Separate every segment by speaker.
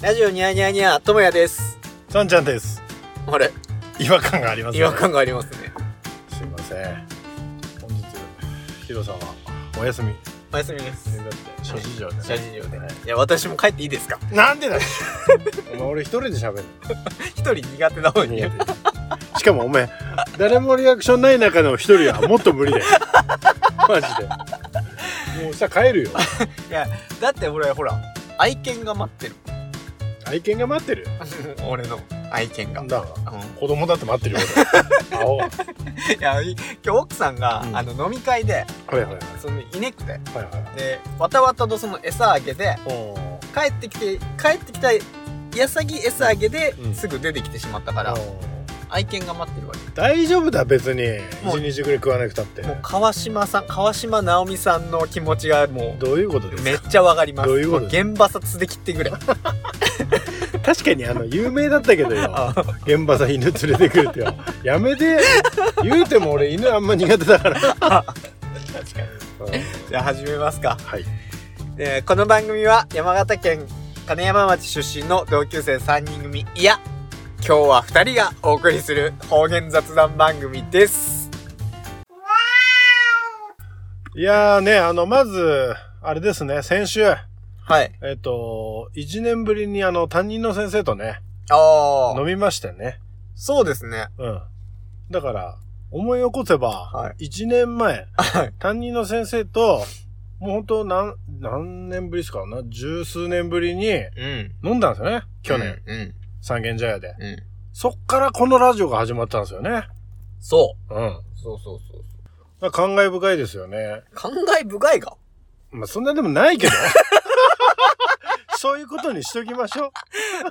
Speaker 1: ラジオニャーニャーニャーともやです
Speaker 2: さんちゃんです
Speaker 1: あれ
Speaker 2: 違和感があります、ね、
Speaker 1: 違和感がありますね
Speaker 2: すいません本日ヒロさんはお休み
Speaker 1: お休みです
Speaker 2: だって諸事情で、ね
Speaker 1: 諸事情で
Speaker 2: はい
Speaker 1: や私も帰っていいですか
Speaker 2: なんでだよお前俺一人で喋る
Speaker 1: 一人苦手な方に
Speaker 2: 苦手しかもお前誰もリアクションない中の一人はもっと無理だよマジでもうさ帰るよ
Speaker 1: いやだって俺ほら愛犬が待ってる
Speaker 2: 愛犬が待ってる
Speaker 1: 俺の愛犬が、う
Speaker 2: な
Speaker 1: んん、い
Speaker 2: だ子供だって待ってるよ俺 青はい
Speaker 1: やい今日奥さんが、
Speaker 2: うん
Speaker 1: あの飲み会で
Speaker 2: はいはい
Speaker 1: そのいねくて
Speaker 2: はいはい
Speaker 1: でわたわたとその餌あげで
Speaker 2: お
Speaker 1: 帰
Speaker 2: ー
Speaker 1: ってきて帰ってきたやさぎ餌あげで、
Speaker 2: うん
Speaker 1: すぐ出てきてしまったから、
Speaker 2: おー
Speaker 1: 愛犬が待ってるわ
Speaker 2: 大丈夫だ別に
Speaker 1: もう
Speaker 2: 1日ぐらい食わなくたって
Speaker 1: けもう川島さん川島直美さんの気持ちがもう
Speaker 2: どういうことです か
Speaker 1: めっちゃわかります。
Speaker 2: どういうこと
Speaker 1: も現場札で切ってくれ。
Speaker 2: 確かにあの有名だったけどよ
Speaker 1: あ
Speaker 2: 現場さん犬連れてくるってよやめて言うても俺犬あんま苦手だから確かに、うん
Speaker 1: じゃあ始めますか。
Speaker 2: はい
Speaker 1: えーこの番組は山形県金山町出身の同級生3人組、いや、今日は2人がお送りする方言雑談番組です。
Speaker 2: いやーねあのまずあれですね先週え
Speaker 1: はい。
Speaker 2: っ、と1年ぶりにあの担任の先生とね
Speaker 1: あ
Speaker 2: 飲
Speaker 1: あ。
Speaker 2: みましてね
Speaker 1: そうですね。
Speaker 2: うんだから思い起こせば、
Speaker 1: は
Speaker 2: 1年前
Speaker 1: はい。
Speaker 2: 担任の先生ともうほんと何何年ぶりですかな十数年ぶりに
Speaker 1: うん。
Speaker 2: 飲んだんですよね去年、。
Speaker 1: うん。
Speaker 2: 三軒茶屋で
Speaker 1: うん。
Speaker 2: そっからこのラジオが始まったんですよね。
Speaker 1: そ
Speaker 2: うん。
Speaker 1: う。そうそうそうそう。
Speaker 2: 感慨深いですよね。
Speaker 1: 感慨深いが。
Speaker 2: まあ、そんなでもないけど。 そういうことにしときましょ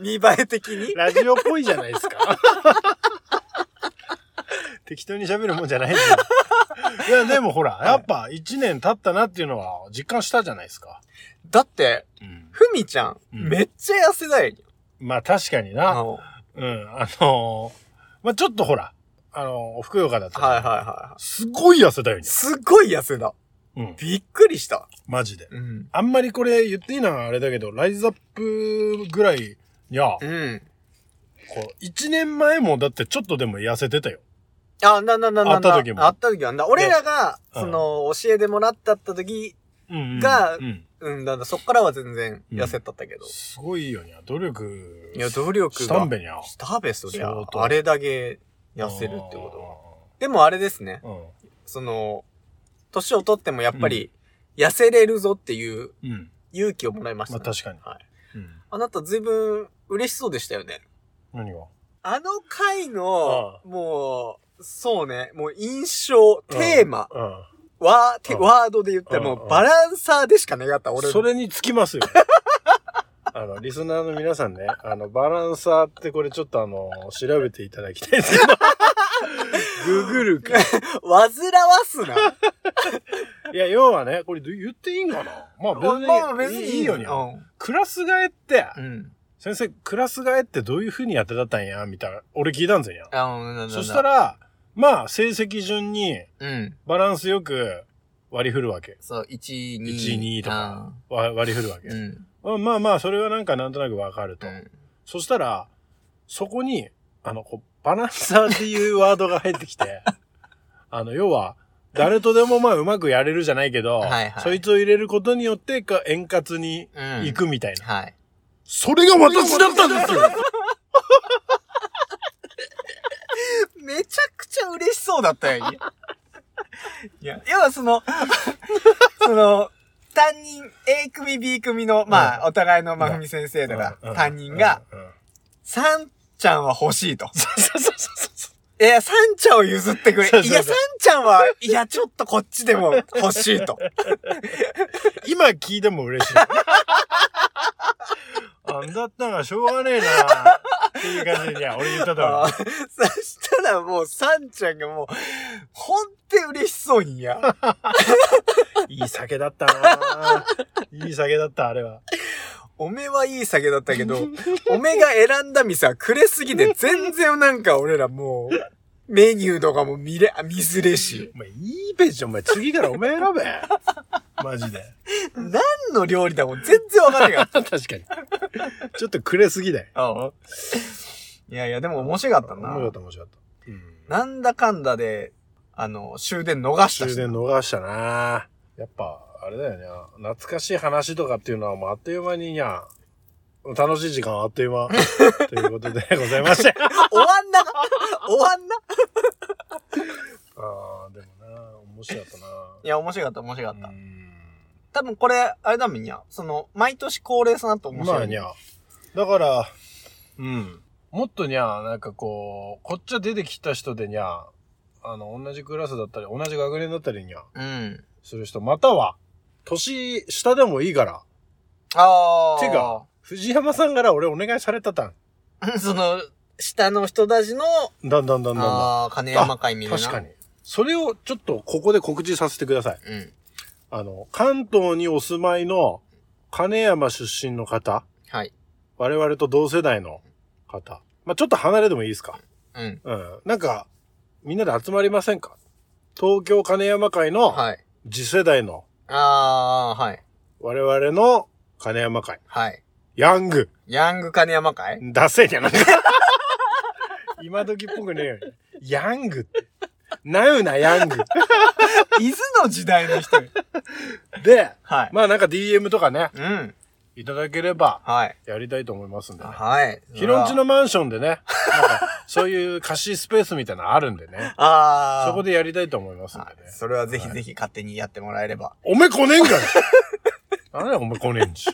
Speaker 1: 見栄え的に
Speaker 2: う。ラジオっぽいじゃないですか。 適当に喋るもんじゃないんだよ。いや、でもほら、やっぱ一年経ったなっていうのは実感したじゃないですか。
Speaker 1: だって、ふみちゃん、
Speaker 2: うん
Speaker 1: めっちゃ痩せないよ。
Speaker 2: まあ確かに
Speaker 1: あ
Speaker 2: な。
Speaker 1: の
Speaker 2: うん。あのーまあちょっとほら、あのー、ふくよかだった。
Speaker 1: はいはいはい。
Speaker 2: すごい痩せたよね。
Speaker 1: すごい痩せだ。
Speaker 2: うん。
Speaker 1: びっくりした。
Speaker 2: マジで。
Speaker 1: うん。
Speaker 2: あんまりこれ言っていいのはあれだけど、ライズアップぐらいには、
Speaker 1: うん。
Speaker 2: こう、1年前もだってちょっとでも痩せてたよ。
Speaker 1: あ、な、な、な、な、
Speaker 2: 会った時も
Speaker 1: あった時はな。俺らが、
Speaker 2: うん
Speaker 1: その、教えでもらったった時、
Speaker 2: うん、
Speaker 1: が
Speaker 2: うん。
Speaker 1: うん、なんだ、そっからは全然痩せたったけど。
Speaker 2: すごいよにゃ。努力。
Speaker 1: いや、努力が。
Speaker 2: したんべにゃ。
Speaker 1: したべ、そりゃ
Speaker 2: 相。当
Speaker 1: あれだけ痩せるってことは。でもあれですね。
Speaker 2: は。
Speaker 1: その、年を取ってもやっぱり、痩せれるぞっていう
Speaker 2: うん。うん。
Speaker 1: 勇気をもらいまし
Speaker 2: ま
Speaker 1: た、
Speaker 2: あ
Speaker 1: ね
Speaker 2: 確かに。
Speaker 1: はい。
Speaker 2: うん。
Speaker 1: あなた随分嬉しそうでしたよね。
Speaker 2: 何が
Speaker 1: あの回の、もう、そうね、もう印象、テーマ、
Speaker 2: う
Speaker 1: ワー、て
Speaker 2: うん
Speaker 1: ワードで言ったらも
Speaker 2: うん
Speaker 1: う
Speaker 2: う
Speaker 1: うんバランサーでしかなかった、
Speaker 2: ん。
Speaker 1: 俺。
Speaker 2: それにつきますよ。 あの、リスナーの皆さんね、あの、バランサーってこれちょっとあの、調べていただきたいんで すけど。 ググるか。
Speaker 1: 煩わすな。
Speaker 2: いや、要はね、これ言っていいんかなまあ別に、
Speaker 1: まあ別に
Speaker 2: いいよにゃ。
Speaker 1: う
Speaker 2: クラス替えって、
Speaker 1: ん。うん。
Speaker 2: 先生、クラス替えってどういう風にやってたったんやみたいな、俺聞いたんですよ。
Speaker 1: あのなんだ
Speaker 2: そした、ら、まあ、成績順に
Speaker 1: うん。
Speaker 2: バランスよく割り振るわけ。
Speaker 1: そう、1、2。
Speaker 2: 1、2とかわ割り振るわけ
Speaker 1: うん。う。ん。
Speaker 2: うんまあまあ、それはなんかなんとなくわかると。
Speaker 1: うん
Speaker 2: そしたら、そこに、あの、こう、バランサーっていうワードが入ってきて、 あの、要は、誰とでもまあうまくやれるじゃないけど、
Speaker 1: はいはい
Speaker 2: そいつを入れることによってか円滑に
Speaker 1: うん。
Speaker 2: 行。くみたいな。
Speaker 1: はい。
Speaker 2: それが私だったんですよ
Speaker 1: めちゃくちゃ嬉しそうだった よ、いや、要はその、 その、担任、A 組、B 組の、まあ、お互いの、まあ、
Speaker 2: うん
Speaker 1: ふみ先生とか
Speaker 2: うん、
Speaker 1: 担任が、、
Speaker 2: うんうん
Speaker 1: さんちゃんは欲しいと。
Speaker 2: そうそうそうそ
Speaker 1: いや、サンちゃんを譲ってくれ。
Speaker 2: そうそうそう
Speaker 1: いや、サンちゃんは、いや、ちょっとこっちでも欲し いと。
Speaker 2: う今聞いても嬉しい。 あんだったらしょうがねえなっていう感じで、いや、俺言った
Speaker 1: あ
Speaker 2: だ
Speaker 1: ーそしたらもう、サンちゃんがもう、ほんって嬉しそうにや。
Speaker 2: ろ。いい酒だったないい酒だった、あれは。
Speaker 1: おめはいい酒だったけど、おめが選んだ店はくれすぎて、全然なんか俺らもう、メニューとかも見れ、あ見ずれし。
Speaker 2: お前、いいべじゃん、お前、次からお前選べ。マジで。
Speaker 1: 何の料理だもん全然わかんないかっ
Speaker 2: 確かに。ちょっとくれすぎだよ。
Speaker 1: あいやいや、でも面白かった
Speaker 2: 面白かっ
Speaker 1: な。
Speaker 2: た、面白かった。うん
Speaker 1: なんだかんだで、あの、終電逃した
Speaker 2: 終
Speaker 1: し。
Speaker 2: 電逃したなやっぱ、あれだよね。懐かしい話とかっていうのはもうあっという間ににゃ、楽しい時間はあっとい う間。ということでございました。
Speaker 1: 終わんな終わんな
Speaker 2: ああ、でもな面白かったない
Speaker 1: や、面白かった、面白かった。
Speaker 2: うん
Speaker 1: 多分これ、あれだもんにゃ。その、毎年恒例さなと面白い。
Speaker 2: まあにゃ。だから、うん。もっとにゃ、なんかこう、こっちは出てきた人でにゃ、あの、同じクラスだったり、同じ学年だったりにゃ、
Speaker 1: うん。
Speaker 2: する人、または、年下でもいいから、
Speaker 1: ああ。
Speaker 2: てか、藤山さんから俺お願いされたたん。
Speaker 1: その、下の人たちの、
Speaker 2: だんだんだんだんだ
Speaker 1: ああ、金山会み
Speaker 2: ん。
Speaker 1: たいな。
Speaker 2: 確かに。それをちょっとここで告知させてください。
Speaker 1: うん。
Speaker 2: あの、関東にお住まいの金山出身の方、
Speaker 1: はい。
Speaker 2: 我々と同世代の方、まあ、ちょっと離れてもいいですか
Speaker 1: うん。
Speaker 2: うん。なんか、みんなで集まりませんか東京金山会の
Speaker 1: はい。
Speaker 2: 次世代の
Speaker 1: ああ、はい。
Speaker 2: 我々の金山会。
Speaker 1: はい。
Speaker 2: ヤング。
Speaker 1: ヤング金山 会
Speaker 2: ダセえじゃんなんか。今時っぽくねえよ。ヤングって。ナウなヤング。
Speaker 1: 伊豆の時代の人。
Speaker 2: で、
Speaker 1: はい。
Speaker 2: まあなんか DM とかね、
Speaker 1: うん。
Speaker 2: いただければ
Speaker 1: はい。
Speaker 2: やりたいと思いますんで、ね。
Speaker 1: はい。
Speaker 2: ヒロンチの。マンションでね、なんかそういう貸しスペースみたいなのあるんでね。
Speaker 1: ああ。
Speaker 2: そこでやりたいと思いますんで
Speaker 1: は
Speaker 2: ね
Speaker 1: い。。それはぜひぜひ勝手にやってもらえれば。
Speaker 2: おめこねんからなんだよおめこねん ち。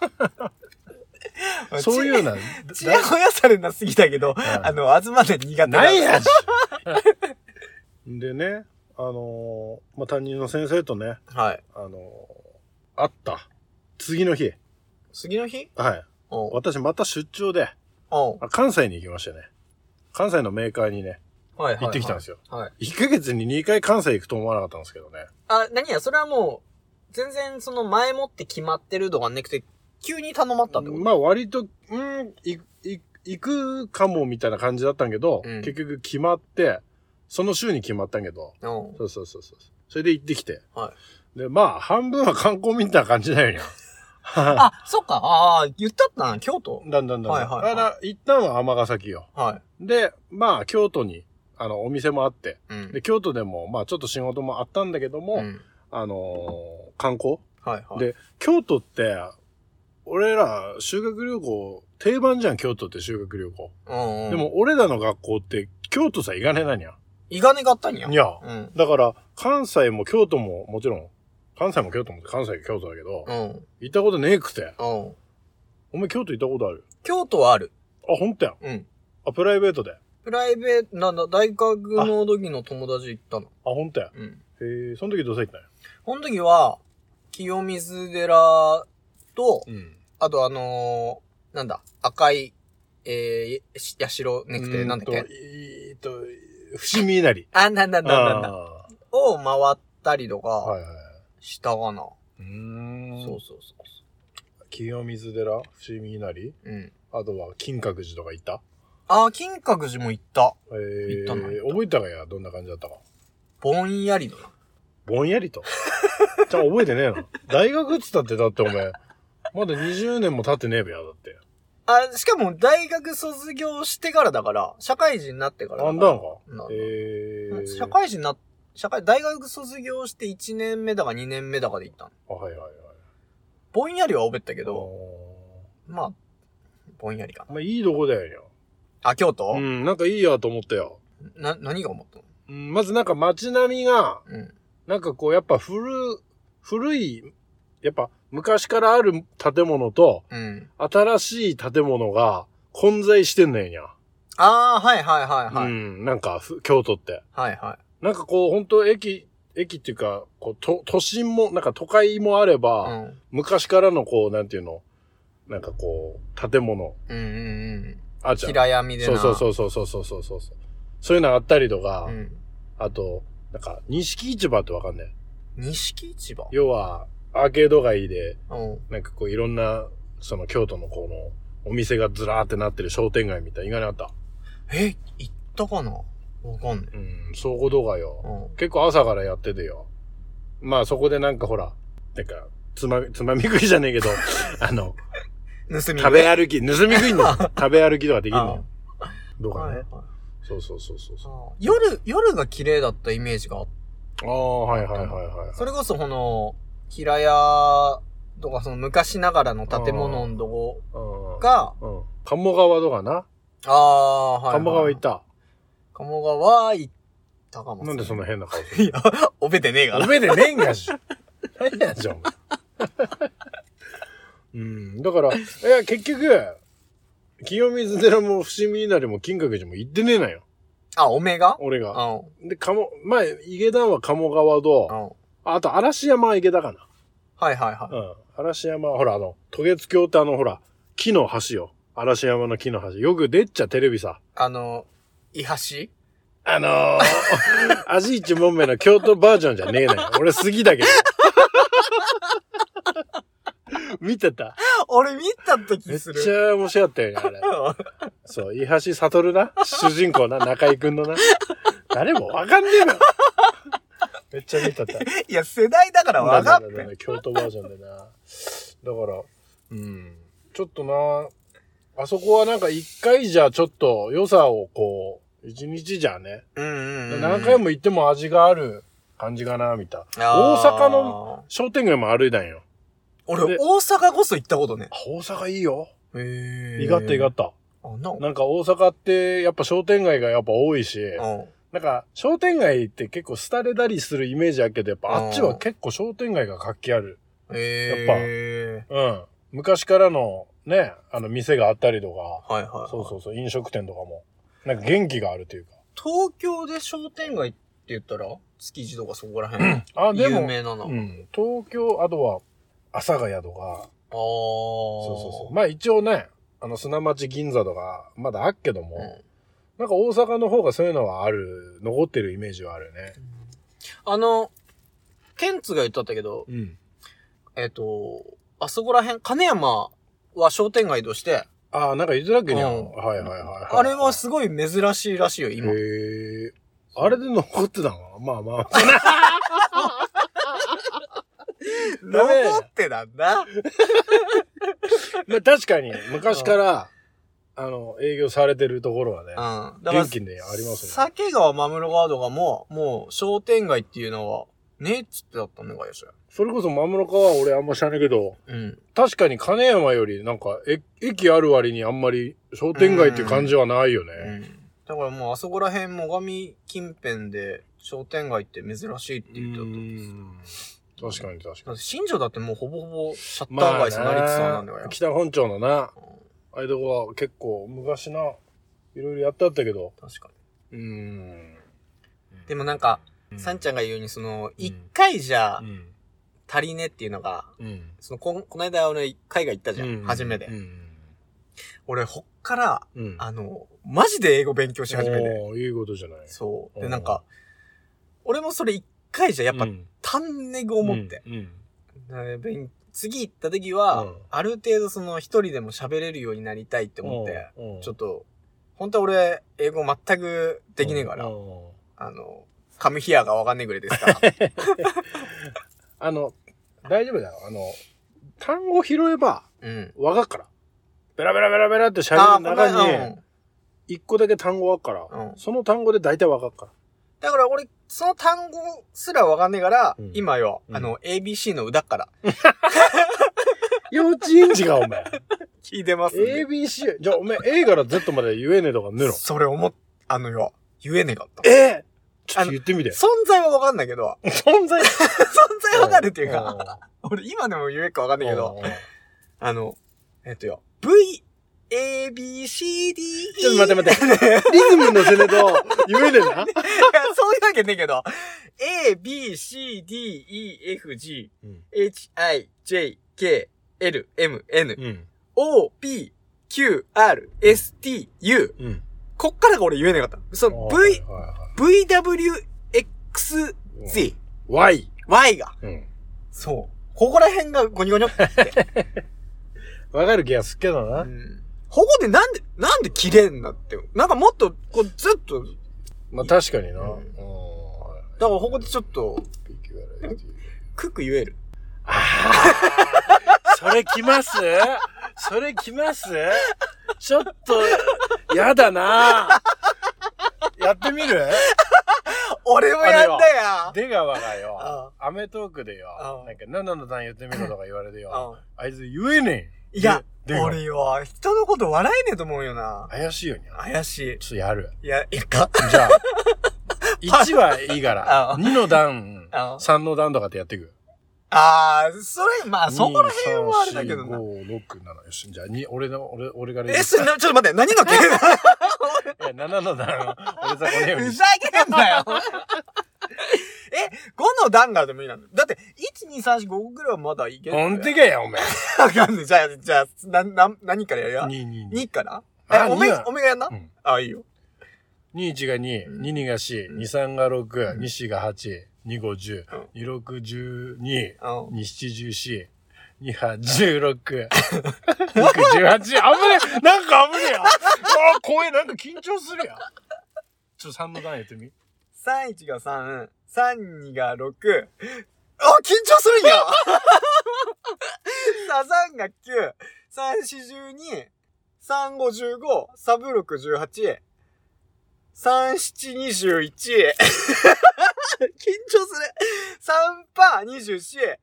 Speaker 2: そういうのは、
Speaker 1: ちやほやされなすぎだけど、あの、あずまで苦手
Speaker 2: なんや
Speaker 1: ん
Speaker 2: じでね、あのーまあ、担任の先生とね、
Speaker 1: はい。
Speaker 2: あのー会った。次の日。
Speaker 1: 次の日
Speaker 2: はい。
Speaker 1: おう。
Speaker 2: 私また出張で、
Speaker 1: おう。
Speaker 2: あ関西に行きましたね。関西のメーカーにね、
Speaker 1: はい。
Speaker 2: 行ってきたんです
Speaker 1: よ。
Speaker 2: よ。
Speaker 1: はい。
Speaker 2: 1ヶ月に2回関西行くと思わなかったんですけどね。
Speaker 1: あ、何や、それはもう、全然その前もって決まってるとかなくて、急に頼まったってこと
Speaker 2: まあ割と、うん、いい行くかもみたいな感じだったんけど、
Speaker 1: うん
Speaker 2: 結局決まって、その週に決まったんけど、
Speaker 1: うん。
Speaker 2: そうそうそうそう。それで行ってきて。
Speaker 1: は
Speaker 2: で、まあ、半分は観光みたいな感じだよ ね。
Speaker 1: あ、そっか。ああ、言ったったな、京都。
Speaker 2: だんだんだんだん。
Speaker 1: はいはいはい
Speaker 2: だから、一旦は尼崎よ。
Speaker 1: は
Speaker 2: で、まあ、京都に、あの、お店もあって、
Speaker 1: い。うん
Speaker 2: で、京都でも、まあ、ちょっと仕事もあったんだけども、
Speaker 1: うん。
Speaker 2: あのー観光
Speaker 1: はいはい。
Speaker 2: で京都って、俺ら、修学旅行、定番じゃん、京都って修学旅行。
Speaker 1: うんうん。
Speaker 2: で、も、俺らの学校って、京都さ、行かねえなにゃ。
Speaker 1: いがねがあったんや。
Speaker 2: にゃ。
Speaker 1: うん。
Speaker 2: だから、関西も京都も、もちろん、関西も京都も、関西京都だけど、
Speaker 1: うん。
Speaker 2: 行ったことねえくて。
Speaker 1: うん。
Speaker 2: お前京都行ったことある
Speaker 1: 京都はある。
Speaker 2: あ、ほんとやん。
Speaker 1: うん。
Speaker 2: あ、プライベートで。あ、
Speaker 1: プライベート、なんだ、大学の時の友達行ったの。
Speaker 2: ほんとやん。
Speaker 1: うん。
Speaker 2: へえ、その時どうせ行ったんや。
Speaker 1: この時は、清水寺と、
Speaker 2: うん。
Speaker 1: あとあのー、なんだ、赤い、えー、し社ネクテ、なんだっけ
Speaker 2: えーっと、伏見稲荷。
Speaker 1: あ、なんだなんだなんだ。
Speaker 2: あ
Speaker 1: を回ったりと
Speaker 2: ーは
Speaker 1: か、
Speaker 2: いはいはい。
Speaker 1: したかな。
Speaker 2: うーん。
Speaker 1: そうそうそう
Speaker 2: 清水寺、伏見稲荷、
Speaker 1: そう。うん。
Speaker 2: あとは金閣寺とか行った
Speaker 1: あー、金閣寺も行った。
Speaker 2: えー、
Speaker 1: 行ったな行った
Speaker 2: 覚えたかや、どんな感じだったか。
Speaker 1: ぼんやりのな。
Speaker 2: ぼんやりと。 じゃあ覚えてねえな。大学っつったって、だってお前、まだ20年も経ってねえべや、だって。
Speaker 1: あ、しかも大学卒業してからだから、社会人になってから
Speaker 2: あ
Speaker 1: だ
Speaker 2: ん
Speaker 1: か
Speaker 2: だ
Speaker 1: ら。
Speaker 2: んか
Speaker 1: なんだ。
Speaker 2: えー。
Speaker 1: 社会人な、社会、大学卒業して1年目だか2年目だかで行ったの。
Speaker 2: あ、はいはいはい。
Speaker 1: ぼんやりは覚えてたけ
Speaker 2: け
Speaker 1: ど、、まあ、ぼんやりかな。
Speaker 2: まあ、いいとこだよ、ね。
Speaker 1: あ、京都、
Speaker 2: うん、なんかいいやと思ったよ。
Speaker 1: な、何が思ったの
Speaker 2: うん、まずなんか街並みが、
Speaker 1: うん。
Speaker 2: なんかこうやっぱ古、古い、やっぱ昔からある建物と
Speaker 1: うん。
Speaker 2: 新しい建物が混在してんねんや。
Speaker 1: ああ、はいはいはいはい。
Speaker 2: うん、なんかふ京都って。
Speaker 1: はいは
Speaker 2: なんかこう本当駅、駅っていうか、こう都都心も、なんか都会もあれば、
Speaker 1: い。うん。
Speaker 2: 昔からのこう、なんていうの、なんかこう、建物、
Speaker 1: うんうんうん。
Speaker 2: あるじゃん。
Speaker 1: 平闇で
Speaker 2: そう
Speaker 1: な。
Speaker 2: そうそううそうそうそうそうそう。そういうのあったりとか、
Speaker 1: うん。
Speaker 2: あと、なんか、錦市場ってわかんない。
Speaker 1: 錦市場
Speaker 2: 要は、アーケード街で、
Speaker 1: うん。
Speaker 2: なんかこういろんな、その京都のこの、お店がずらーってなってる商店街みたいな、意外にあった。
Speaker 1: え、行ったかなわかんね
Speaker 2: うん、倉庫動画
Speaker 1: え。う
Speaker 2: よ。
Speaker 1: ん。
Speaker 2: 結構朝からやっててよ。 まあそこでなんかほら、なんか、つまみ、つまみ食いじゃねえけど、あの、
Speaker 1: 盗み
Speaker 2: 食べ歩き、盗み食い の食べ歩きとかできるのよ。どうか
Speaker 1: はい
Speaker 2: ね
Speaker 1: はい。
Speaker 2: そうそうそうそうそう。
Speaker 1: あー夜、夜が綺麗だったイメージがあっ
Speaker 2: ああ、はいはいはいはい。
Speaker 1: それこそこの、平屋とかその昔ながらの建物のとこ
Speaker 2: うん、
Speaker 1: が、
Speaker 2: うん。鴨川とかな。
Speaker 1: ああ、はい、はい。
Speaker 2: 鴨川行っ。た。
Speaker 1: 鴨川行ったかも。
Speaker 2: なんでその変な顔する
Speaker 1: いや、覚えてねえか
Speaker 2: お
Speaker 1: ら。
Speaker 2: めでねえん がし。何やじゃん。 うん。だから、いや、結局、清水寺も伏見稲荷も金閣寺も行ってねえなよ。
Speaker 1: あ、オメガ
Speaker 2: 俺が。
Speaker 1: うん。
Speaker 2: で、鴨、まあ、池田は鴨川
Speaker 1: う
Speaker 2: と、
Speaker 1: ん。
Speaker 2: あと嵐山は池田かな。
Speaker 1: はいはいは
Speaker 2: うん。嵐山は、ほら、あの、渡月橋ってあの、ほら、木の橋よ。嵐山の木の橋。よく出っちゃテレビさ。
Speaker 1: い。あの、イハシ
Speaker 2: あの ー、味一もんめの京都バージョンじゃねえなよ。俺好きだけど。見てた。
Speaker 1: 俺見た
Speaker 2: め
Speaker 1: 時
Speaker 2: っ
Speaker 1: す
Speaker 2: ち
Speaker 1: る。
Speaker 2: ゃ面白かったよね、あれ。そう、伊橋悟な。主人公な、中井くんのな。誰もわかんねえな。めっちゃ見てた。
Speaker 1: いや、世代だからわかっ
Speaker 2: なんだ
Speaker 1: て
Speaker 2: なんだ京都バージョンでな。だから、うん。ちょっとな、あそこはなんか一回じゃちょっと良さをこう、一日じゃね、
Speaker 1: うんうんうん。
Speaker 2: 何回も行っても味がある感じかな、みたいな。大
Speaker 1: あー
Speaker 2: 阪の。商店街も歩いたんよ。
Speaker 1: 俺、
Speaker 2: で
Speaker 1: 大阪こそ行ったことね
Speaker 2: あ。大阪いいよ。
Speaker 1: へ
Speaker 2: 意外と意外と。
Speaker 1: あ、な
Speaker 2: なんか大阪ってやっぱ商店街がやっぱ多いし、
Speaker 1: うん。
Speaker 2: なんか商店街って結構廃れたりするイメージあるけど、やっぱあっちは結構商店街が活気ある。
Speaker 1: え
Speaker 2: うん。昔からのね、あの店があったりとか、
Speaker 1: ぱ。はいはいはい。
Speaker 2: そうそうそう、飲食店とかも、なんか元気があるというか。
Speaker 1: 東京で商店街って言ったら、築地とかそこら辺。
Speaker 2: あ、で
Speaker 1: 有
Speaker 2: も、
Speaker 1: 名なの。あ
Speaker 2: う
Speaker 1: あー。
Speaker 2: ん、東京、あとは、阿佐ヶ谷とか、そうそうそう。まあ一応ね、あの砂町銀座とか、まだあっけども、
Speaker 1: うん
Speaker 2: なんか大阪の方がそういうのはある、残ってるイメージはあるよね。
Speaker 1: あの、ケンツが言ったんだけど、
Speaker 2: うん。
Speaker 1: えっ、と、あそこら辺、金山は商店街として、
Speaker 2: ああ、なんか言ってたっけにゃ、
Speaker 1: うん
Speaker 2: はいはいはいはい。
Speaker 1: あれはすごい珍しいらしいよ、今。
Speaker 2: へえ。あれで残ってたのまあ まあ。 ダメ
Speaker 1: 残ってなんだ。
Speaker 2: まあ確かに、昔から、あの、営業されてるところはね、
Speaker 1: うん。だから
Speaker 2: 元、気でありますよね。
Speaker 1: 酒川マムロガードがもう、もう商店街っていうのは、ねえっつってだったんだからよし。
Speaker 2: それこそ、マムロカは俺あんま知らないけど、
Speaker 1: うん。
Speaker 2: 確かに金山よりなんか、え駅ある割にあんまり商店街っていう感じはないよね。
Speaker 1: うん。だからもうあそこら辺、最上近辺で商店街って珍しいって言ってたと。
Speaker 2: うん確かに確か
Speaker 1: だっ
Speaker 2: に。
Speaker 1: て新庄だってもうほぼほぼシャッター街となりつつなんだから
Speaker 2: な。北本町のな、ああいうとこは結構昔な、いろいろやってあったけど。
Speaker 1: 確か
Speaker 2: うん。
Speaker 1: に。でもなんか、サンち
Speaker 2: ゃ
Speaker 1: ゃんが言うように、その、一回じゃ
Speaker 2: うん。
Speaker 1: 足りねっていうのが、
Speaker 2: うん。
Speaker 1: その、こん、この間俺、海外行ったじゃん。
Speaker 2: うん
Speaker 1: 初め
Speaker 2: う
Speaker 1: て。
Speaker 2: ん。
Speaker 1: 俺、ほっから、
Speaker 2: うん。
Speaker 1: あの、マジで英語勉強し始めて。
Speaker 2: おーいいことじゃない。
Speaker 1: そう。
Speaker 2: う
Speaker 1: で、
Speaker 2: ん
Speaker 1: なんか、俺もそれ一回じゃやっぱ
Speaker 2: う、ん
Speaker 1: 足んねご思って。
Speaker 2: うんうん
Speaker 1: で勉次行った時は、
Speaker 2: うん
Speaker 1: ある程度その、一人でも喋れるようになりたいって思って、
Speaker 2: うんうん
Speaker 1: ちょっと、本当は俺、英語全くできねえから、
Speaker 2: うんうん
Speaker 1: あの、カムヒアがわかんねえぐらいです から。
Speaker 2: あの、大丈夫だよ。あの、単語拾えば、
Speaker 1: うん。
Speaker 2: わかっから。ベラベラベラベラって
Speaker 1: あ
Speaker 2: 喋
Speaker 1: あ、
Speaker 2: る
Speaker 1: この間
Speaker 2: 中
Speaker 1: う
Speaker 2: に、
Speaker 1: ん
Speaker 2: 一個だけ単語わかっから、
Speaker 1: うん
Speaker 2: その単語で大体わかっから。
Speaker 1: だから俺、その単語すらわかんねえから、
Speaker 2: うん
Speaker 1: 今よ、
Speaker 2: うん
Speaker 1: あの、ABC の歌から。
Speaker 2: 幼稚園児がお 前。
Speaker 1: 聞いてま
Speaker 2: ABC、じゃあお前 A から Z まで言えねえとかねえの。
Speaker 1: それ思っ、あのよ、言えねえかった。
Speaker 2: えちょっと言ってみて。
Speaker 1: 存在はわかんないけ ど、
Speaker 2: 存在
Speaker 1: 存在わかるっていうか、俺今でも言えるかわかん
Speaker 2: だ
Speaker 1: ないけど、、
Speaker 2: うん
Speaker 1: あの、えっとよ、V、A, B, C, D, E。
Speaker 2: ちょっと待って
Speaker 1: て。
Speaker 2: 待って。リズムのせねえと言えねえな。
Speaker 1: そういうわけねえけど、A, B, C, D, E, F, G,
Speaker 2: うん。
Speaker 1: H, I, J, K, L, M, N,
Speaker 2: うん。
Speaker 1: O, P, Q, R, S, T, U。
Speaker 2: うん。
Speaker 1: こっからが俺言えなかった。その V、V, W, X, Z、
Speaker 2: Y。
Speaker 1: Y が。
Speaker 2: うん。
Speaker 1: そう。ここら辺がゴニョ ゴニョって。
Speaker 2: わかる気がすっけど
Speaker 1: う
Speaker 2: な。
Speaker 1: んここでなんで、なんで切れんだって。なんかもっと、こうずっと、だか
Speaker 2: まあ確かにな。
Speaker 1: うん
Speaker 2: うん
Speaker 1: らここでちょっと、
Speaker 2: PQRST
Speaker 1: クック言える。
Speaker 2: それきますそれ来ますちょっと、やだなやってみる
Speaker 1: 俺もやんだよ。
Speaker 2: 出川がよ、アメトークでよ
Speaker 1: う、ん
Speaker 2: なんか、7の段言ってみろとか言われてよ、
Speaker 1: う
Speaker 2: あいつ言えねえ。
Speaker 1: んいや、
Speaker 2: で出川
Speaker 1: 俺は人のこと笑えねえと思うよな。
Speaker 2: 怪しいよにゃ。
Speaker 1: 怪し
Speaker 2: ちょっとやる。
Speaker 1: い。いや、いいか。
Speaker 2: じゃあ、1はいいか
Speaker 1: あ
Speaker 2: ら、2の段、
Speaker 1: あ
Speaker 2: 3の段とかってやっていく。
Speaker 1: あー、それ、まあ、そこら辺はあれだけどな。
Speaker 2: 5、6、7、よし。じゃあ、に俺の、俺、俺から言う
Speaker 1: え、それ、なちょっと待って、何の件
Speaker 2: いや、7の段、俺さ、このよう
Speaker 1: ふ
Speaker 2: に。
Speaker 1: ざけんなよ。 え、5の段がでもいいなのだって、1、2、3、4、5ぐらいはまだいける。
Speaker 2: ほんとけや、おめえ。
Speaker 1: わかんない。じゃあ、じゃあ、な、な、何からやるよ。
Speaker 2: 2、2、2
Speaker 1: 2。から
Speaker 2: あ
Speaker 1: え、おめ
Speaker 2: 二は、
Speaker 1: おめがやんな
Speaker 2: うん
Speaker 1: あ、いいよ。
Speaker 2: 21が2、22が4、23が6、24が8、25、10、26、12、
Speaker 1: う
Speaker 2: 27、14、28、18。危ね えなんか危ねえよああ、怖え、なんか緊張するやん。ちょ、3の段やってみ。
Speaker 1: 31が3、32が6。あ、緊張するんや !3 が9、3、4、12、3、5、15、3、6、18、3、7、21。緊張する !3 パ24、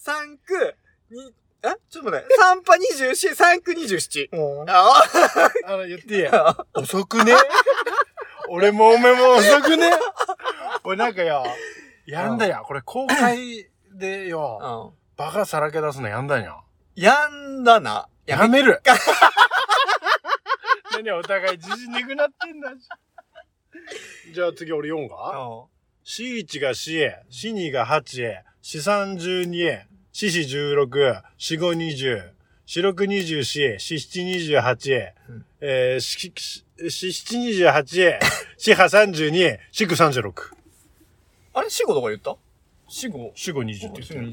Speaker 1: 3区、に、えちょっと待って。3パ24、3区27。あ
Speaker 2: あの、言っていいや。
Speaker 1: あ。
Speaker 2: 遅くね俺もおめも遅くね俺なんかよ、やんだよ。これ公開でよ、
Speaker 1: うん。
Speaker 2: バカさらけ出すのやんだよ。
Speaker 1: やんだな。や
Speaker 2: やめる 何お互い自信なくなってんだし。じゃあ次俺4が
Speaker 1: うん。
Speaker 2: ?C1 が4、C2 が8、C312、C416、C520、C624、C728、
Speaker 1: うん
Speaker 2: えー、C728、C832、C936。
Speaker 1: あれ死後とか言った死後
Speaker 2: C520 って言ってる。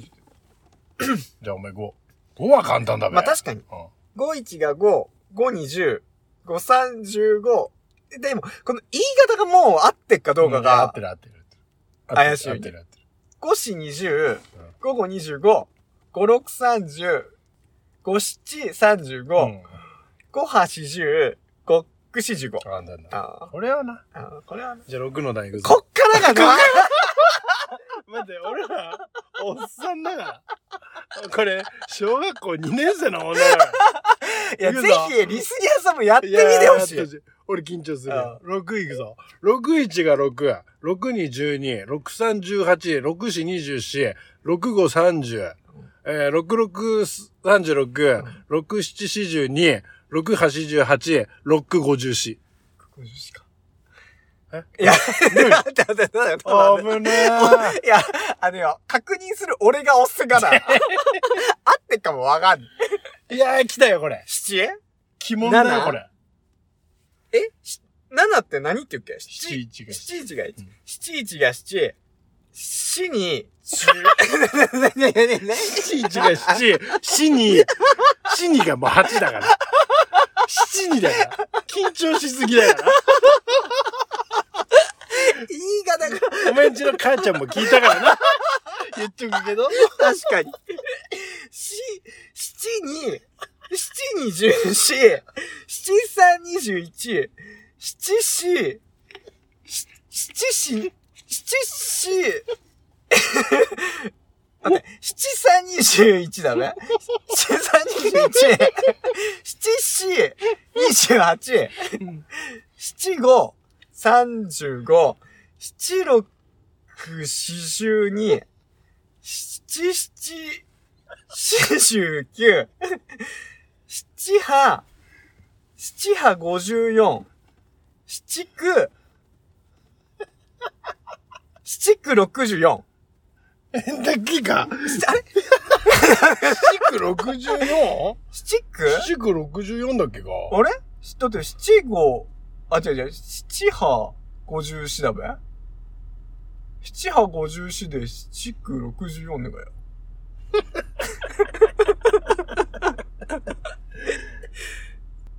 Speaker 1: て
Speaker 2: じゃあお前5。5は簡単だべ。
Speaker 1: まあ確かに。
Speaker 2: うん
Speaker 1: 51が5、520、535。でも、この言い方がもう合ってっかどうか
Speaker 2: ん合っ
Speaker 1: が
Speaker 2: て、る合ってる合ってる。
Speaker 1: 怪しい
Speaker 2: 合ってる合ってる。
Speaker 1: 5四20
Speaker 2: うん、
Speaker 1: 5五25、5六30、5七35、
Speaker 2: うん。
Speaker 1: 5八10、5九四十五。
Speaker 2: 簡単だ。
Speaker 1: あ
Speaker 2: これはな。
Speaker 1: ーあー、これはね、
Speaker 2: じゃあ6の段いく
Speaker 1: こっからがな、
Speaker 2: 待って、俺ら、おっさんだから。これ、小学校2年生の女だ か
Speaker 1: いや、
Speaker 2: 行
Speaker 1: ぜ
Speaker 2: くぞ
Speaker 1: ひ、リスニアさんもやって
Speaker 2: ら。
Speaker 1: みてほし
Speaker 2: やーやっ
Speaker 1: い。
Speaker 2: て俺緊張する
Speaker 1: あ。
Speaker 2: 6いくぞ。61が6、6に12、6 3 18、6 4 24、6 5 30、えー、6 6 36、6 7 42、6 8 18、6 54。
Speaker 1: 50か
Speaker 2: え
Speaker 1: いや、 待って待って待って待って。
Speaker 2: 危ねえ。
Speaker 1: いや、あのよ、確認する俺が押すから。合ってっかもわかんない。
Speaker 2: いやー、来たよ、これ。
Speaker 1: 七え
Speaker 2: 鬼門だよ、
Speaker 1: 七
Speaker 2: これ。
Speaker 1: し七って何って言うっけ七
Speaker 2: 71が
Speaker 1: 七一が一
Speaker 2: うん。
Speaker 1: 七一が七。死に、十。ねねねねね
Speaker 2: 七一が七、死に、死にがもう八だから。七にだから。緊張しすぎだから。
Speaker 1: 言い方が
Speaker 2: お前んちの母ちゃんも聞いたからな。言っとくけど。
Speaker 1: 確かに。し、七に、七に十四、七三二十一、七四、し七四、七四、 待って、七三二十一だね。七三二十一、七四、二十八、七五、三十五、七六、四十二、七七、四十九、七波、七波五十四、七九、七九六十四。
Speaker 2: だっけ
Speaker 1: あ
Speaker 2: か。
Speaker 1: れ
Speaker 2: 七九六十四
Speaker 1: 七九
Speaker 2: 七九六十四だっけか。
Speaker 1: あれだって七五、あ、違う違う、七波五十四だべ七波五十四で七九六十四ねがよ。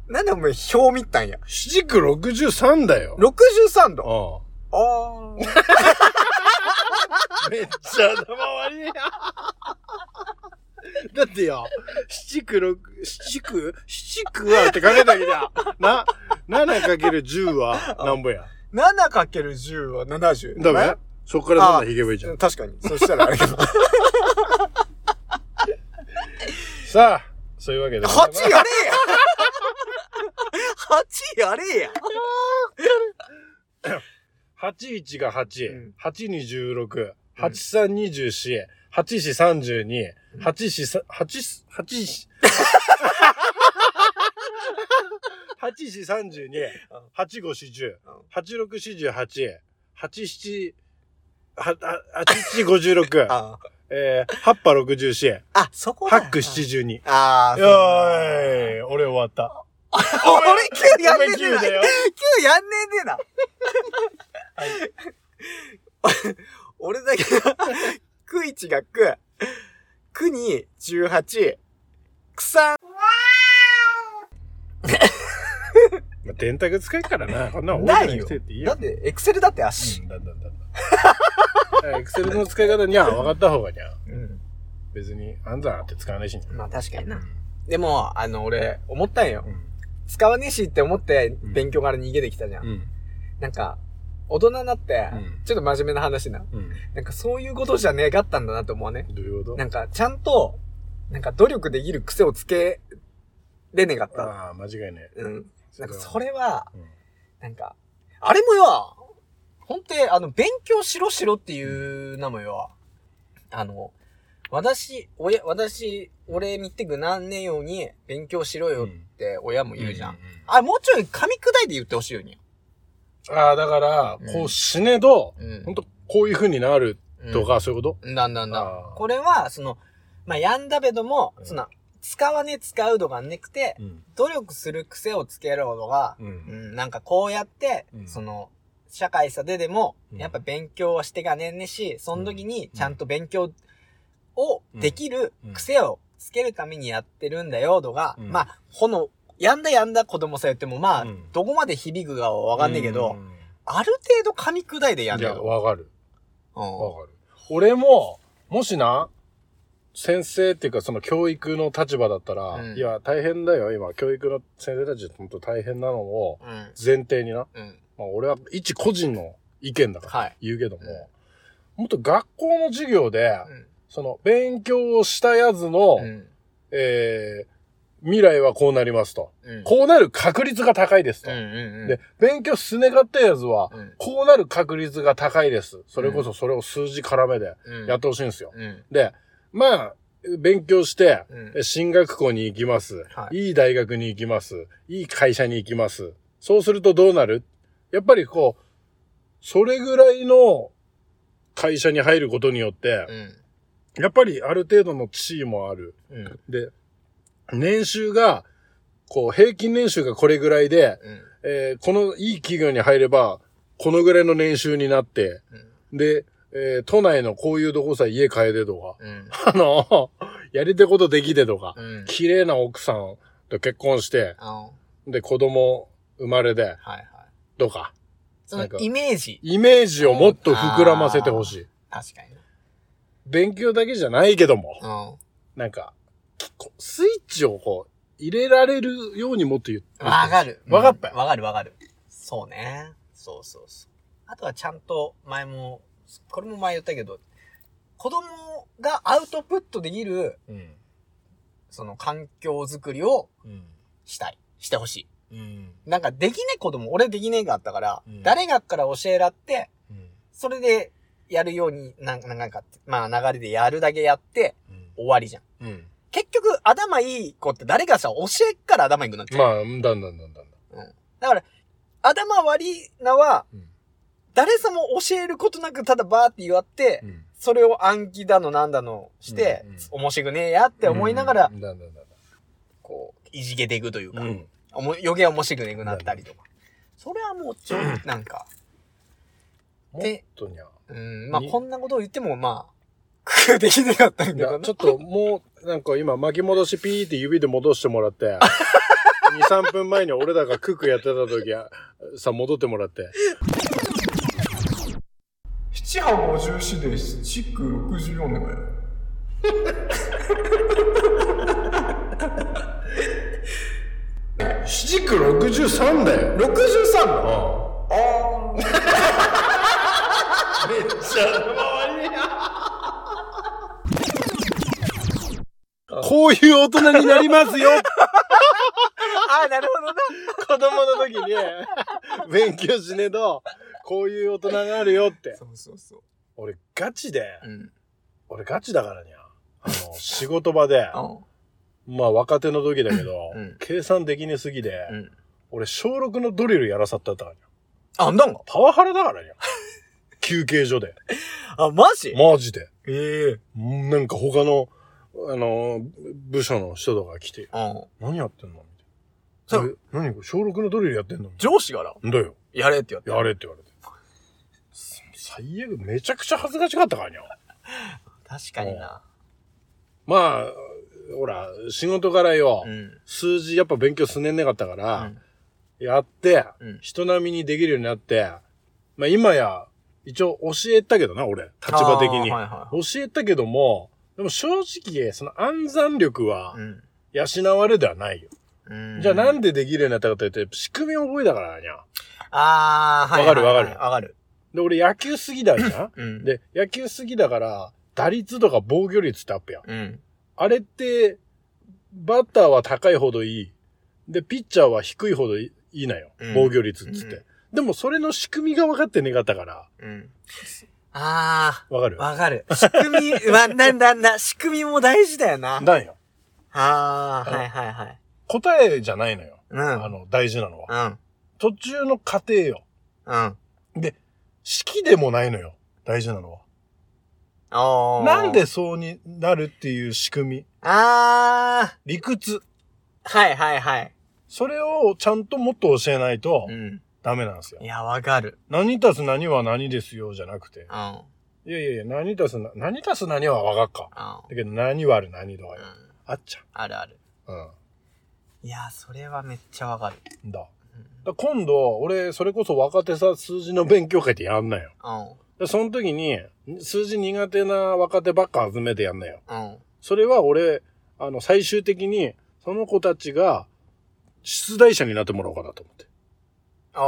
Speaker 1: なんでお前表見たんや。
Speaker 2: 七九六十三だよ。
Speaker 1: 63度。
Speaker 2: う
Speaker 1: ああ。
Speaker 2: ん。めっちゃ頭悪いや。だってよ、七区六、七区七区はってかけたけじゃん。な、7×10 はなんぼや。
Speaker 1: 7×10 は70。
Speaker 2: ダメそっから7引けばいいじゃん。
Speaker 1: 確かに。そしたらあれ けど。8
Speaker 2: さあ、そういうわけ
Speaker 1: や
Speaker 2: で。
Speaker 1: れや !8 やれや
Speaker 2: 81が
Speaker 1: う
Speaker 2: 8
Speaker 1: ん、
Speaker 2: 8216、8324、8432、84、8、8、8四三十二、八五四十
Speaker 1: うん、
Speaker 2: 八六四十八、八七、は、あ、八七五十六、
Speaker 1: あ
Speaker 2: えー、八波六十四、
Speaker 1: あ、そこだ
Speaker 2: 八区七十二。
Speaker 1: ああ、
Speaker 2: よーい、俺終わった。
Speaker 1: そうだ俺9やんね
Speaker 2: 俺
Speaker 1: えで
Speaker 2: 9
Speaker 1: な。
Speaker 2: だよ。
Speaker 1: 9やんねえでな。俺だけが、くいちがく、くに18、くさん。
Speaker 2: まあ、電卓使いか らな。こんなの
Speaker 1: な
Speaker 2: 覚え
Speaker 1: いよ
Speaker 2: てなくてっていい。
Speaker 1: だ
Speaker 2: よ
Speaker 1: っ。て、エクセルだって足。
Speaker 2: うんだんだんだんだん。 エクセルの使い方にゃん、分かった方がにゃん。
Speaker 1: うん。
Speaker 2: 別に、暗算って使わないしね。
Speaker 1: まあ確かにな。でも、あの、俺、思ったんよ
Speaker 2: う。ん。
Speaker 1: 使わねえしって思って
Speaker 2: うん
Speaker 1: 勉強から逃げてきたじゃん。
Speaker 2: うん。
Speaker 1: なんか、大人になって、
Speaker 2: うん
Speaker 1: ちょっと真面目な話な。
Speaker 2: うん。
Speaker 1: なんかそういうことじゃねえかったんだなと思うね。
Speaker 2: どういうこと
Speaker 1: なんか、ちゃんと、なんか努力できる癖をつけれねえかった。
Speaker 2: ああ、間違いない。
Speaker 1: うん。なんかそ
Speaker 2: れは、
Speaker 1: れは、
Speaker 2: うん
Speaker 1: なんか、あれもよ、ほんとあの、勉強しろしろっていうのもよ、あの、私、親、私、俺見てくなんねえように勉強しろよって親も言うじゃん。
Speaker 2: う
Speaker 1: あ、もうちょい噛み砕いて言ってほしいよに。
Speaker 2: ああ、だから
Speaker 1: うん、
Speaker 2: こう死ねど、
Speaker 1: うん
Speaker 2: ほんと、こういう風になる
Speaker 1: うん
Speaker 2: とか、そういうこ
Speaker 1: なんだんだ
Speaker 2: あ。ー
Speaker 1: これは、その、まあ、やんだべども、
Speaker 2: うん
Speaker 1: その、使わね使うとかねくて、
Speaker 2: とうん。
Speaker 1: 努力する癖をつけろとか、
Speaker 2: う。
Speaker 1: うんん、なんかこうやって、
Speaker 2: うん
Speaker 1: その、社会さででも、
Speaker 2: うん
Speaker 1: やっぱ勉強はしてかねんねし、その時にちゃんと勉強をできる
Speaker 2: うん
Speaker 1: 癖をつけるためにやってるんだよとか、
Speaker 2: うん
Speaker 1: まあ、ほの、やんだやんだ子供さ言っても、まあ、
Speaker 2: うん
Speaker 1: どこまで響くかはわかんねえけど、
Speaker 2: う、
Speaker 1: ある程度噛み砕いてやん
Speaker 2: い
Speaker 1: だ
Speaker 2: や、
Speaker 1: よ。
Speaker 2: わかる。
Speaker 1: うん。
Speaker 2: わかる。俺も、もしな、先生っていうかその教育の立場だったら、
Speaker 1: うん
Speaker 2: いや、大変だよ、今。教育の先生たちって本当大変なのを
Speaker 1: うん。
Speaker 2: 前提にな。
Speaker 1: うん。
Speaker 2: まあ俺は一個人の意見だから
Speaker 1: はい。
Speaker 2: 言うけども、
Speaker 1: う
Speaker 2: もっと学校の授業で、
Speaker 1: うん
Speaker 2: その勉強をしたやつの、
Speaker 1: うん
Speaker 2: えー未来はこうなりますと。
Speaker 1: うん
Speaker 2: こうなる確率が高いですと。
Speaker 1: うんうんうん
Speaker 2: で、勉強すねがったやつは、
Speaker 1: うん
Speaker 2: こうなる確率が高いです。それこそそれを数字絡めで
Speaker 1: うん
Speaker 2: やってほしいんですよ。
Speaker 1: うん
Speaker 2: で、まあ、勉強して、
Speaker 1: うん
Speaker 2: 進学校に行きます、。
Speaker 1: はい
Speaker 2: い大学に行きます。いい会社に行きます。そうするとどうなるやっぱりこう、それぐらいの会社に入ることによって、やっぱりある程度の地位もある。
Speaker 1: うんうん
Speaker 2: で、年収が、こう、平均年収がこれぐらいで、
Speaker 1: うん
Speaker 2: えーこのいい企業に入れば、このぐらいの年収になって、で、えー都内のこういうとこさ、家買えてとか、
Speaker 1: うん
Speaker 2: あの、やりたいことできてとか、
Speaker 1: うん
Speaker 2: 綺麗な奥さんと結婚して、
Speaker 1: あの
Speaker 2: で、子供生まれで、
Speaker 1: はいはい
Speaker 2: とか、
Speaker 1: そ
Speaker 2: なんか
Speaker 1: のイメージ
Speaker 2: イメージをもっと膨らませてほしい。
Speaker 1: 確かに
Speaker 2: 勉強だけじゃないけども、
Speaker 1: うん
Speaker 2: なんか、こうスイッチをこう、入れられるようにもっと言って。
Speaker 1: わかる。
Speaker 2: わかった
Speaker 1: うんわかるわかる。そうね。そうそうそう。あとはちゃんと、前も、これも前言ったけど、子供がアウトプットできる、
Speaker 2: うん。
Speaker 1: その環境づくりを
Speaker 2: うん。
Speaker 1: したい。してほし
Speaker 2: うん。
Speaker 1: い。なんかできねえ子供、俺できねえがあったから、
Speaker 2: うん
Speaker 1: 誰がから教えらって、
Speaker 2: うん。
Speaker 1: それでやるように、なんか、なんか、まあ流れでやるだけやって、終わりじゃん。
Speaker 2: うん。
Speaker 1: 結局、頭いい子って誰がさ、教えっから頭いいくなっちゃう。
Speaker 2: まあ、だんだんだんだんだん。
Speaker 1: だから、頭悪いなは、
Speaker 2: うん
Speaker 1: 誰さも教えることなくただバーって言わって、
Speaker 2: うん。
Speaker 1: それを暗記だのなんだのして、
Speaker 2: うんうん
Speaker 1: 面白くねえやって思いながら、
Speaker 2: うんだんだんだんだ
Speaker 1: こう、いじけていくというか、
Speaker 2: ん。うん。
Speaker 1: おも余計面白くねくなったりとか。それはもうちょい、なんか、
Speaker 2: もっ
Speaker 1: で
Speaker 2: とにゃ。
Speaker 1: うん、まあ
Speaker 2: に
Speaker 1: こんなことを言っても、まあ、 工夫できなかったんだ
Speaker 2: い
Speaker 1: けど
Speaker 2: やち
Speaker 1: ね
Speaker 2: ょっともう、なんか今巻き戻しピーって指で戻してもらって、2、3分前に俺らがクックやってた時は、さ、戻ってもらって。
Speaker 1: 七波五十四で七九六十四だから。
Speaker 2: 7区63だよ。
Speaker 1: 63番。
Speaker 2: めっちゃ周りこういう大人になりますよ
Speaker 1: ああ、なるほどな。
Speaker 2: 子供の時に、勉強しねえと、こういう大人があるよって。
Speaker 1: そうそうそ
Speaker 2: 俺ガチで、
Speaker 1: う。うん。
Speaker 2: 俺ガチだからにゃ。あの、仕事場で、
Speaker 1: あ
Speaker 2: まあ若手の時だけど、
Speaker 1: うん
Speaker 2: 計算できねすぎで、
Speaker 1: うん
Speaker 2: 俺小6のドリルやらさったったからにゃ。
Speaker 1: あんだんが
Speaker 2: パワハラだからにゃ。休憩所で。
Speaker 1: あ、マジ
Speaker 2: マジで。
Speaker 1: ええ。
Speaker 2: なんか他の、あの、部署の人とか来て、
Speaker 1: うん。
Speaker 2: 何やってんのみた
Speaker 1: そ
Speaker 2: いな
Speaker 1: う。
Speaker 2: え何これ小6のドリルやってんのみたい
Speaker 1: 上司から、
Speaker 2: なだよ。
Speaker 1: やれって言われて。
Speaker 2: やれって言われて。最悪、めちゃくちゃ恥ずかしかったからにゃ。
Speaker 1: 確かにな。
Speaker 2: まあ、ほら、仕事からよ、
Speaker 1: うん。
Speaker 2: 数字やっぱ勉強すねんねかったか
Speaker 1: う
Speaker 2: ら、
Speaker 1: ん。
Speaker 2: やって、
Speaker 1: うん
Speaker 2: 人並みにできるようになって、まあ今や、一応教えたけどな、俺、立場的に。
Speaker 1: あーはいは。
Speaker 2: 教えたけども、でも正直、その暗算力はい
Speaker 1: うん
Speaker 2: 養われではないよ。
Speaker 1: うん。
Speaker 2: じゃあなん
Speaker 1: で
Speaker 2: でできるようになったかというと、やっぱ仕組みを覚えたからにゃ。
Speaker 1: ああ、はい。
Speaker 2: わかる
Speaker 1: はい
Speaker 2: わかる
Speaker 1: はいわかる。
Speaker 2: で、俺野球好きだじゃん
Speaker 1: うん。、
Speaker 2: で、野球好きだから、打率とか防御率ってアップやん。
Speaker 1: うん。
Speaker 2: あれって、バッターは高いほどいい。で、ピッチャーは低いほどいいいいなよ
Speaker 1: うん。
Speaker 2: 防御率っつって。
Speaker 1: うん
Speaker 2: でも、それの仕組みが分かってねかったから、
Speaker 1: うん。あ
Speaker 2: わかる
Speaker 1: あ、わかる。仕組み、わ、なんだなんだ、仕組みも大事だよな。
Speaker 2: なんよ。
Speaker 1: ああ、はいはいはい。
Speaker 2: 答えじゃないのよ。
Speaker 1: う
Speaker 2: あ
Speaker 1: ん。
Speaker 2: の、大事なのは。
Speaker 1: うん。
Speaker 2: 途中の過程よ。
Speaker 1: うん。
Speaker 2: 式でもないのよ。大事なの
Speaker 1: お
Speaker 2: は。
Speaker 1: ー
Speaker 2: なんでそうになるっていう仕組み。
Speaker 1: ああ、
Speaker 2: 理屈。
Speaker 1: はいはいはい。
Speaker 2: それをちゃんともっと教えないと
Speaker 1: うん。
Speaker 2: ダメなんですよ
Speaker 1: い。や、わかる。
Speaker 2: 何足す何は何ですよじゃなくて
Speaker 1: う。ん。
Speaker 2: いやいやいや、何足すな、何足す何はわかっか。
Speaker 1: うん。
Speaker 2: だけど何割る何とか
Speaker 1: う
Speaker 2: よ。
Speaker 1: ん。
Speaker 2: あっちゃ
Speaker 1: あるある。
Speaker 2: う。
Speaker 1: いや、それはめっちゃわかる。
Speaker 2: うん。だ。だから今度、俺、それこそ若手さ、数字の勉強会ってやんなよ。
Speaker 1: う
Speaker 2: でその時に、数字苦手な若手ばっか集めてやんなよ。
Speaker 1: ん。うん。
Speaker 2: それは俺、あの、最終的に、その子たちが、出題者になってもらおうかなと思って。そ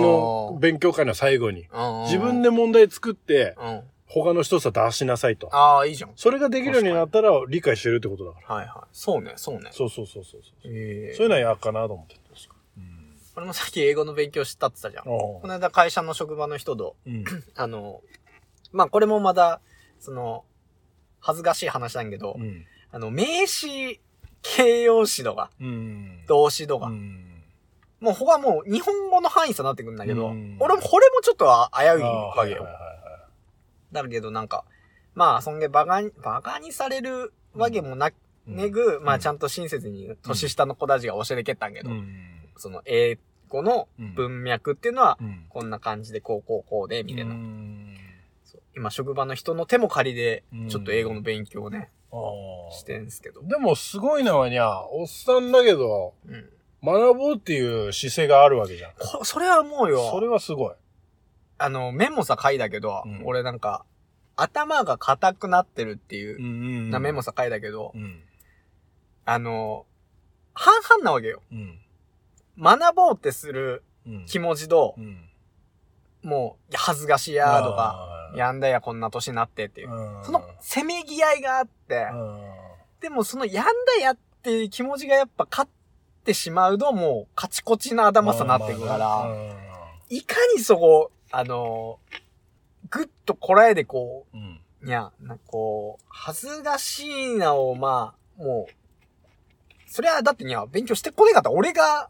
Speaker 2: の
Speaker 1: そ、
Speaker 2: 勉強会の最後に。
Speaker 1: の
Speaker 2: 自分
Speaker 1: で。
Speaker 2: で問題作って、
Speaker 1: うん。
Speaker 2: 他の人さ出しなさいと。
Speaker 1: ああ、いいじゃん。
Speaker 2: それができるようになったら理解してるってことだから。
Speaker 1: はいはい。そうね、そうね。
Speaker 2: そうそうそうそうそう。
Speaker 1: ええ
Speaker 2: そういうのはやっかなと思って。確か
Speaker 1: 俺もさっき英語の勉強したって言ったじゃん。こ
Speaker 2: に。
Speaker 1: の間会社の職場の人と、
Speaker 2: うん。
Speaker 1: あの、まあ、これもまた、その、恥ずかしい話なんだけど、
Speaker 2: うん。
Speaker 1: あの、名詞、形容詞とか、
Speaker 2: うん。
Speaker 1: 動詞とか、
Speaker 2: うん。
Speaker 1: もう他はもう日本語の範囲差になってくるんだけど、
Speaker 2: うん
Speaker 1: 俺もこれもちょっとは危
Speaker 2: あ
Speaker 1: うい
Speaker 2: あ
Speaker 1: わ
Speaker 2: はい
Speaker 1: け
Speaker 2: は
Speaker 1: よ。
Speaker 2: いは
Speaker 1: だけどなんか、まあ、そんげバカに、バカにされるわけもな、
Speaker 2: い。
Speaker 1: ねぐ、ま
Speaker 2: う
Speaker 1: あ
Speaker 2: ん
Speaker 1: ちゃんと親切に年下の子たちが教えてけったんけど、
Speaker 2: うん。
Speaker 1: その英語の
Speaker 2: うん。
Speaker 1: 文脈っていうのは、
Speaker 2: うん。
Speaker 1: こんな感じで、こう、こう、こうで、みたいな。
Speaker 2: うん
Speaker 1: そう今、職場の人の手も借りで
Speaker 2: うん、
Speaker 1: ちょっと英語の勉強をね、
Speaker 2: ああ。
Speaker 1: してんすけど。
Speaker 2: でもすごいのはにゃ、おっさんだけど、
Speaker 1: うん。
Speaker 2: 学ぼうっていう姿勢があるわけじゃん。
Speaker 1: こそれはもう
Speaker 2: それ
Speaker 1: よ、
Speaker 2: はすごい。
Speaker 1: あの、メモさ書いたけど、
Speaker 2: うん
Speaker 1: 俺なんか、頭が硬くなってるっていう、
Speaker 2: ん
Speaker 1: なメモさ書いたけど、
Speaker 2: うん。
Speaker 1: あの、半々なわけよ。
Speaker 2: うん。
Speaker 1: 学ぼうってする
Speaker 2: うん。
Speaker 1: 気持ちと
Speaker 2: う、ん。
Speaker 1: もう、いや恥ずかしいやーとか、やんだやこんな年になってっていう。
Speaker 2: うん、
Speaker 1: その、せめぎ合いがあって、
Speaker 2: う
Speaker 1: でもそのやんだやっていう気持ちがやっぱ勝ってしまうともうカチコチな頭さになっていくから、いかにそこ、あのーぐっとこらえてこ
Speaker 2: ん。うん。
Speaker 1: う、いや、なんかこう、恥ずかしいなをまあ、もう、そりゃだってにゃ、勉強してこねえかったら俺が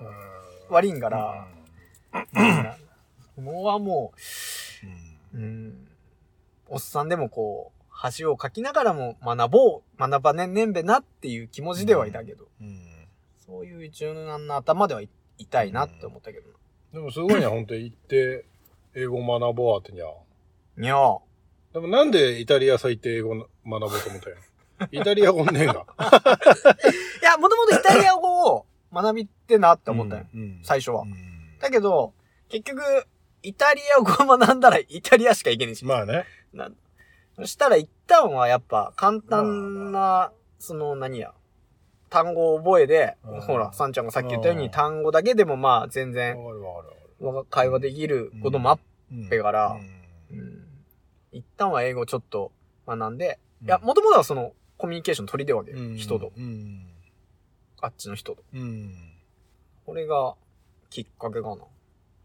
Speaker 1: 悪いんから、もうはも
Speaker 2: うん、
Speaker 1: う、うん、おっさんでもこう、恥をかきながらも学ぼう、学ばねんねんべなっていう気持ちではいたけど、
Speaker 2: うん。
Speaker 1: そういう柔軟な頭ではい、いたいなって思ったけどな。
Speaker 2: でもすごいね、本当に行って、英語学ぼうってにゃ。
Speaker 1: にゃあ。
Speaker 2: でもなんでイタリア最低英語学ぼうと思ったんや。 イタリア語ねえが。
Speaker 1: いや、もともとイタリア語を学びってなって思ったよ。
Speaker 2: うん。うん
Speaker 1: 最初は
Speaker 2: うん
Speaker 1: だけど、結局、イタリア語を学んだらイタリアしか行けねえし。
Speaker 2: まあね。
Speaker 1: なそしたら一旦はやっぱ簡単な、その何や、単語を覚えで、
Speaker 2: うん
Speaker 1: ほら、さんちゃんがさっき言ったよう
Speaker 2: うん
Speaker 1: に、単語だけでもまあ、全然、
Speaker 2: わかるわかるわか
Speaker 1: わ会話できることもあっ
Speaker 2: る。うん
Speaker 1: てから、う
Speaker 2: う
Speaker 1: んん一旦は英語ちょっと学んで、いや、もともとはその、コミュニケーション取りでわけよ、
Speaker 2: うん
Speaker 1: 人と。。
Speaker 2: うん。
Speaker 1: あっちの人と。
Speaker 2: うん。
Speaker 1: これが、きっかけかな。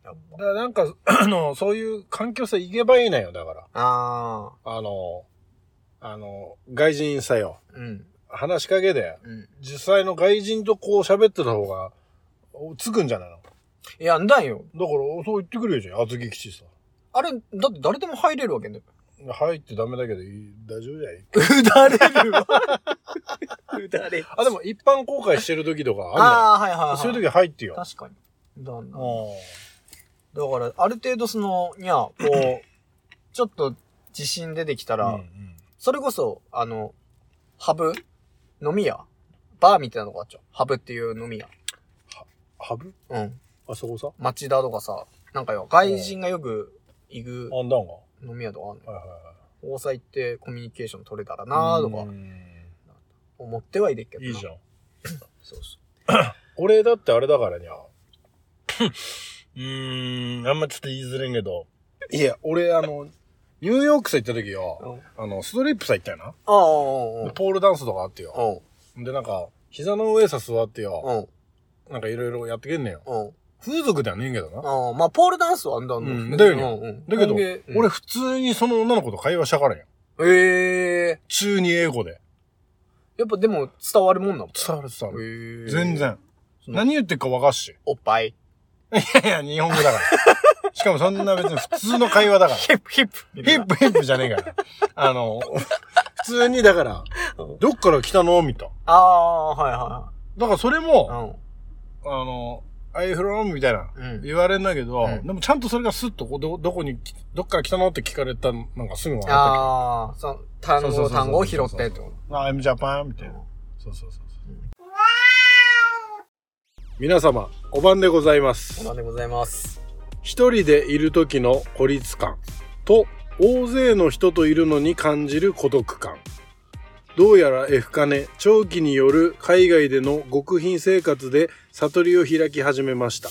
Speaker 1: やっ
Speaker 2: だからなんか、 あの、そういう環境さ、行けばいいなよ、だから。
Speaker 1: ぱ。あ
Speaker 2: あの、あの、外人さよ。
Speaker 1: ー、うん、
Speaker 2: 話しかけで、
Speaker 1: うん。
Speaker 2: 実際の外人とこう喋ってた方が、おつくんじゃないのだか
Speaker 1: いや、んだよ。
Speaker 2: ら、そう言ってくれるじゃん、厚木基地さ。
Speaker 1: あれ、だって誰でも入れるわ けね。
Speaker 2: 入ってダメだけど、いい大丈夫じゃないう
Speaker 1: だれるわ。 うだれ。
Speaker 2: あ、でも一般公開してる時とか あ
Speaker 1: ああ、はいはい、
Speaker 2: るんだ
Speaker 1: は
Speaker 2: よ。
Speaker 1: い。
Speaker 2: そういう時入ってよ。
Speaker 1: 確かに。だな。
Speaker 2: う
Speaker 1: だから、ある程度その、にゃ、こう、 ちょっと自信出てきたら、
Speaker 2: んうん
Speaker 1: それこそ、あの、ハブ飲み屋バーみたいなのがあっちゃう。ハブっていう飲み屋。
Speaker 2: ハブ
Speaker 1: うん。
Speaker 2: あそこさ
Speaker 1: 町田とかさ、なんかよ、外人がよく行く
Speaker 2: あんだんが。は
Speaker 1: 飲み屋とかあるの
Speaker 2: い
Speaker 1: よ。
Speaker 2: はい
Speaker 1: 大阪行ってコミュニケーション取れたら
Speaker 2: は。
Speaker 1: ないーと
Speaker 2: う
Speaker 1: か
Speaker 2: ん
Speaker 1: 思ってはいるけどな。
Speaker 2: いいじゃん。
Speaker 1: そうそ
Speaker 2: 俺だってあれだからにゃ。うーん、あんまちょっと言いづれんけど。いや、俺あの、ニューヨークさ行った時よ、
Speaker 1: う。
Speaker 2: あの、ストリップさ行ったよな。
Speaker 1: ああ、うんうん
Speaker 2: でポールダンスとかあってよ。
Speaker 1: うん。
Speaker 2: で、なんか、膝の上さ座ってよ、
Speaker 1: うん。
Speaker 2: なんかいろいろやってけんねんよ。
Speaker 1: うん。
Speaker 2: 風俗ではねえんけどな。
Speaker 1: ああ、まあ、ポールダンスはあんだん
Speaker 2: うんだよね
Speaker 1: うんうん
Speaker 2: だけど
Speaker 1: 音源、
Speaker 2: 俺、普通にその女の子と会話したからやん。
Speaker 1: うんええ
Speaker 2: 中に英語で。
Speaker 1: やっぱでも伝わるもんなの
Speaker 2: 伝わる伝わる。
Speaker 1: ええ
Speaker 2: 全。然。
Speaker 1: その
Speaker 2: 何言ってるか分かっし。
Speaker 1: おっぱい。
Speaker 2: いやいや、日本語だから。 しかもそんな別に普通の会話だから。
Speaker 1: ヒップ、ヒップ。
Speaker 2: ヒップヒップじゃねえから。あの、普通にだから、どっから来たのみたいな。
Speaker 1: ああ、はいは
Speaker 2: だからそれ
Speaker 1: い
Speaker 2: も、
Speaker 1: はい。
Speaker 2: あの、I from みたいな
Speaker 1: うん
Speaker 2: 言われるんだけど、
Speaker 1: うん
Speaker 2: でもちゃんとそれがスッとこうど、どこに、どっから来たのって聞かれたのなんかすぐ分かっ
Speaker 1: ああ、その単
Speaker 2: そうそうそう
Speaker 1: 語
Speaker 2: そう
Speaker 1: 単語を拾ってってこと。
Speaker 2: たけど。あ、I'm Japan みたいな。そうそうそうそう。皆様、お晩でございます
Speaker 1: お。なんでございます。
Speaker 2: 一人でいる時の孤立感と大勢の人といるのに感じる孤独感どうやら F カネ長期による海外での極貧生活で悟りを開き始めました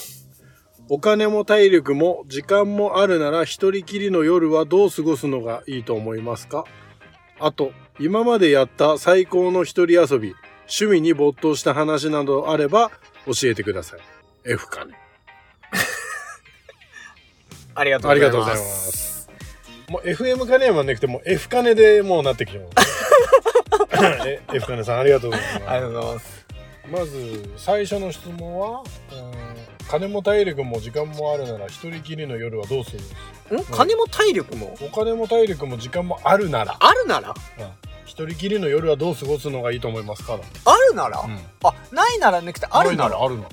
Speaker 2: お金も体力も時間もあるなら一人きりの夜はどう過ごすのがいいと思いますかあと今までやった最高の一人遊び趣味に没頭した話などあれば教えてください F カネ
Speaker 1: ありがとう
Speaker 2: あ
Speaker 1: ご
Speaker 2: り
Speaker 1: ざい
Speaker 2: がとうご
Speaker 1: ま。
Speaker 2: ざいますす。もう FM 金山なくてもう F 金でもうなってきてます。 え F 金さんありがとうござい
Speaker 1: ありがとう
Speaker 2: ま
Speaker 1: ございます。
Speaker 2: す。まず最初の質問は、うん金も体力も時間もあるなら一人きりの夜はどうする？
Speaker 1: ん金も体力も
Speaker 2: お金も体力も時間もあるなら
Speaker 1: あるなら
Speaker 2: 一人きりの夜はどう過ごすのがいいと思いますか？
Speaker 1: あるなら
Speaker 2: うん
Speaker 1: あ、ないならなくてあるなら
Speaker 2: あるな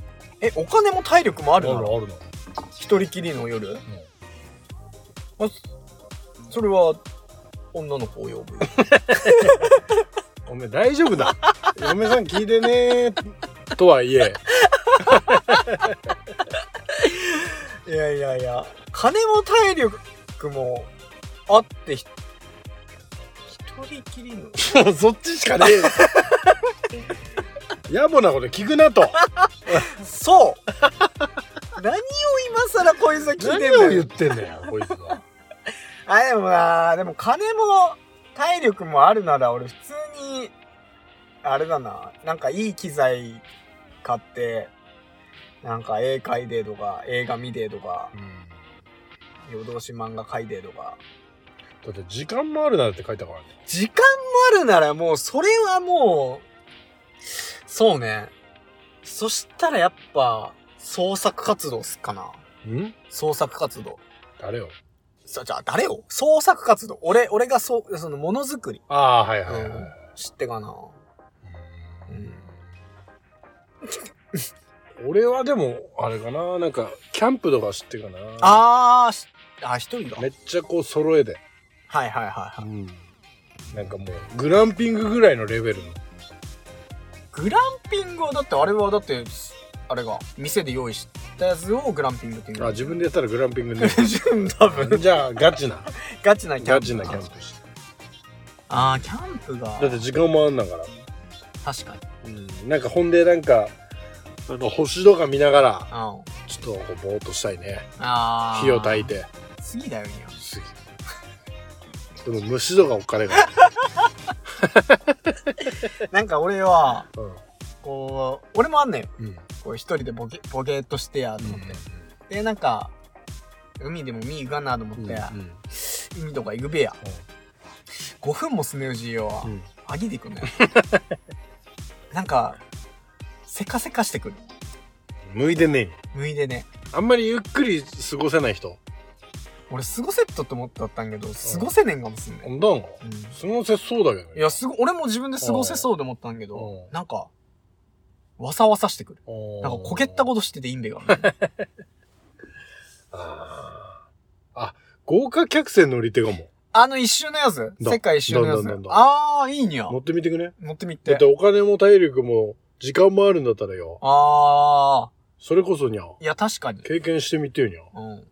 Speaker 1: え、お金も体力もあ
Speaker 2: あ
Speaker 1: る
Speaker 2: るな
Speaker 1: な
Speaker 2: あ
Speaker 1: ら
Speaker 2: るあるな。
Speaker 1: 一人きりの夜あそれは女の子を呼ぶ。
Speaker 2: おめ大丈夫だ。 嫁さん聞いてねーとはいえ。
Speaker 1: いやいやいや、金も体力もあってひ、一人きりの。
Speaker 2: そっちしかねえよ野暮なこと聞くなと
Speaker 1: そう 何を今更こいつは聞いてんだ
Speaker 2: 何を言
Speaker 1: よ
Speaker 2: っ。てんだよこいつは
Speaker 1: あ、でもな、でも金も体力もあるなら俺普通に、あれだな、なんかいい機材買って、なんか絵描いてとか、映画見てとか、夜通し漫画描いてとか。
Speaker 2: だって時間もあるなって書いたからね
Speaker 1: 時間もあるならもう、それはもう、そうね。そしたらやっぱ、創作活動っすかな。
Speaker 2: うん
Speaker 1: 創作活動。
Speaker 2: 誰よ
Speaker 1: そ、じゃあ誰を創作活動。俺、俺がそう、そのものづくり。
Speaker 2: ああーはいはいはい、
Speaker 1: うん知ってかな。
Speaker 2: うん俺はでもあれかななんかキャンプとか知ってるかな
Speaker 1: あー、しあ、一人だ。
Speaker 2: めっちゃこう揃えで、
Speaker 1: はいはいはいはい。
Speaker 2: なんかもうグランピングぐらいのレベルの
Speaker 1: グランピングはだってあれはだって、あれが、店で用意したやつをグランピングっていう
Speaker 2: あ自分でやったらグランピン グね
Speaker 1: 分多分。
Speaker 2: じゃあガチな
Speaker 1: ガチなキャンプ。
Speaker 2: ガチなキャンプして
Speaker 1: あー、キャンプが。
Speaker 2: だって時間もあんなんから
Speaker 1: 確かに。
Speaker 2: うん、なんかほんでなんか、あの、星とか見ながら、
Speaker 1: うん。
Speaker 2: ちょっとこうぼーっとしたいね。
Speaker 1: ああ。
Speaker 2: 火を焚い。て。
Speaker 1: 次だよ、今。
Speaker 2: すげえでも虫とかおっかねえか
Speaker 1: なんか俺は、
Speaker 2: ら。うん。
Speaker 1: こう、俺もあんのよ。
Speaker 2: うん。
Speaker 1: こう一人でボケ、ボケーっとしてや、と思って。で、なんか、海でも見に行かんなと思って、
Speaker 2: うん。
Speaker 1: 海とか行くべや。
Speaker 2: うん
Speaker 1: 5分もすねうじよ。
Speaker 2: うん。
Speaker 1: あげてくんね。なんか、せかせかしてくる。
Speaker 2: 向いてねえよ。
Speaker 1: 向いでね。
Speaker 2: あんまりゆっくり過ごせない人。
Speaker 1: 俺、過ごせっとって思ったったんけど、過ごせねんかもすんね。
Speaker 2: ほんだ
Speaker 1: う
Speaker 2: の
Speaker 1: ん。
Speaker 2: 過ごせそうだけどね。
Speaker 1: いや、すご、俺も自分で過ごせそうと思ったんけど
Speaker 2: う、ん
Speaker 1: なんか、わさわさしてくる。
Speaker 2: な
Speaker 1: なんか、こけったことしてていいんべが。うん
Speaker 2: あーあ、豪華客船乗り手かも。
Speaker 1: あの一周のやつ
Speaker 2: ど
Speaker 1: 世界一周のや
Speaker 2: どん
Speaker 1: つ
Speaker 2: どんどんどん
Speaker 1: あー、いいにゃ
Speaker 2: 乗。ってみてくね。
Speaker 1: 乗ってみ
Speaker 2: だってて。お金も体力も時間もあるんだったらよ。
Speaker 1: あ
Speaker 2: それこそにゃ、
Speaker 1: ー、いや、確かに。
Speaker 2: 経験してみてよにゃ。
Speaker 1: うん。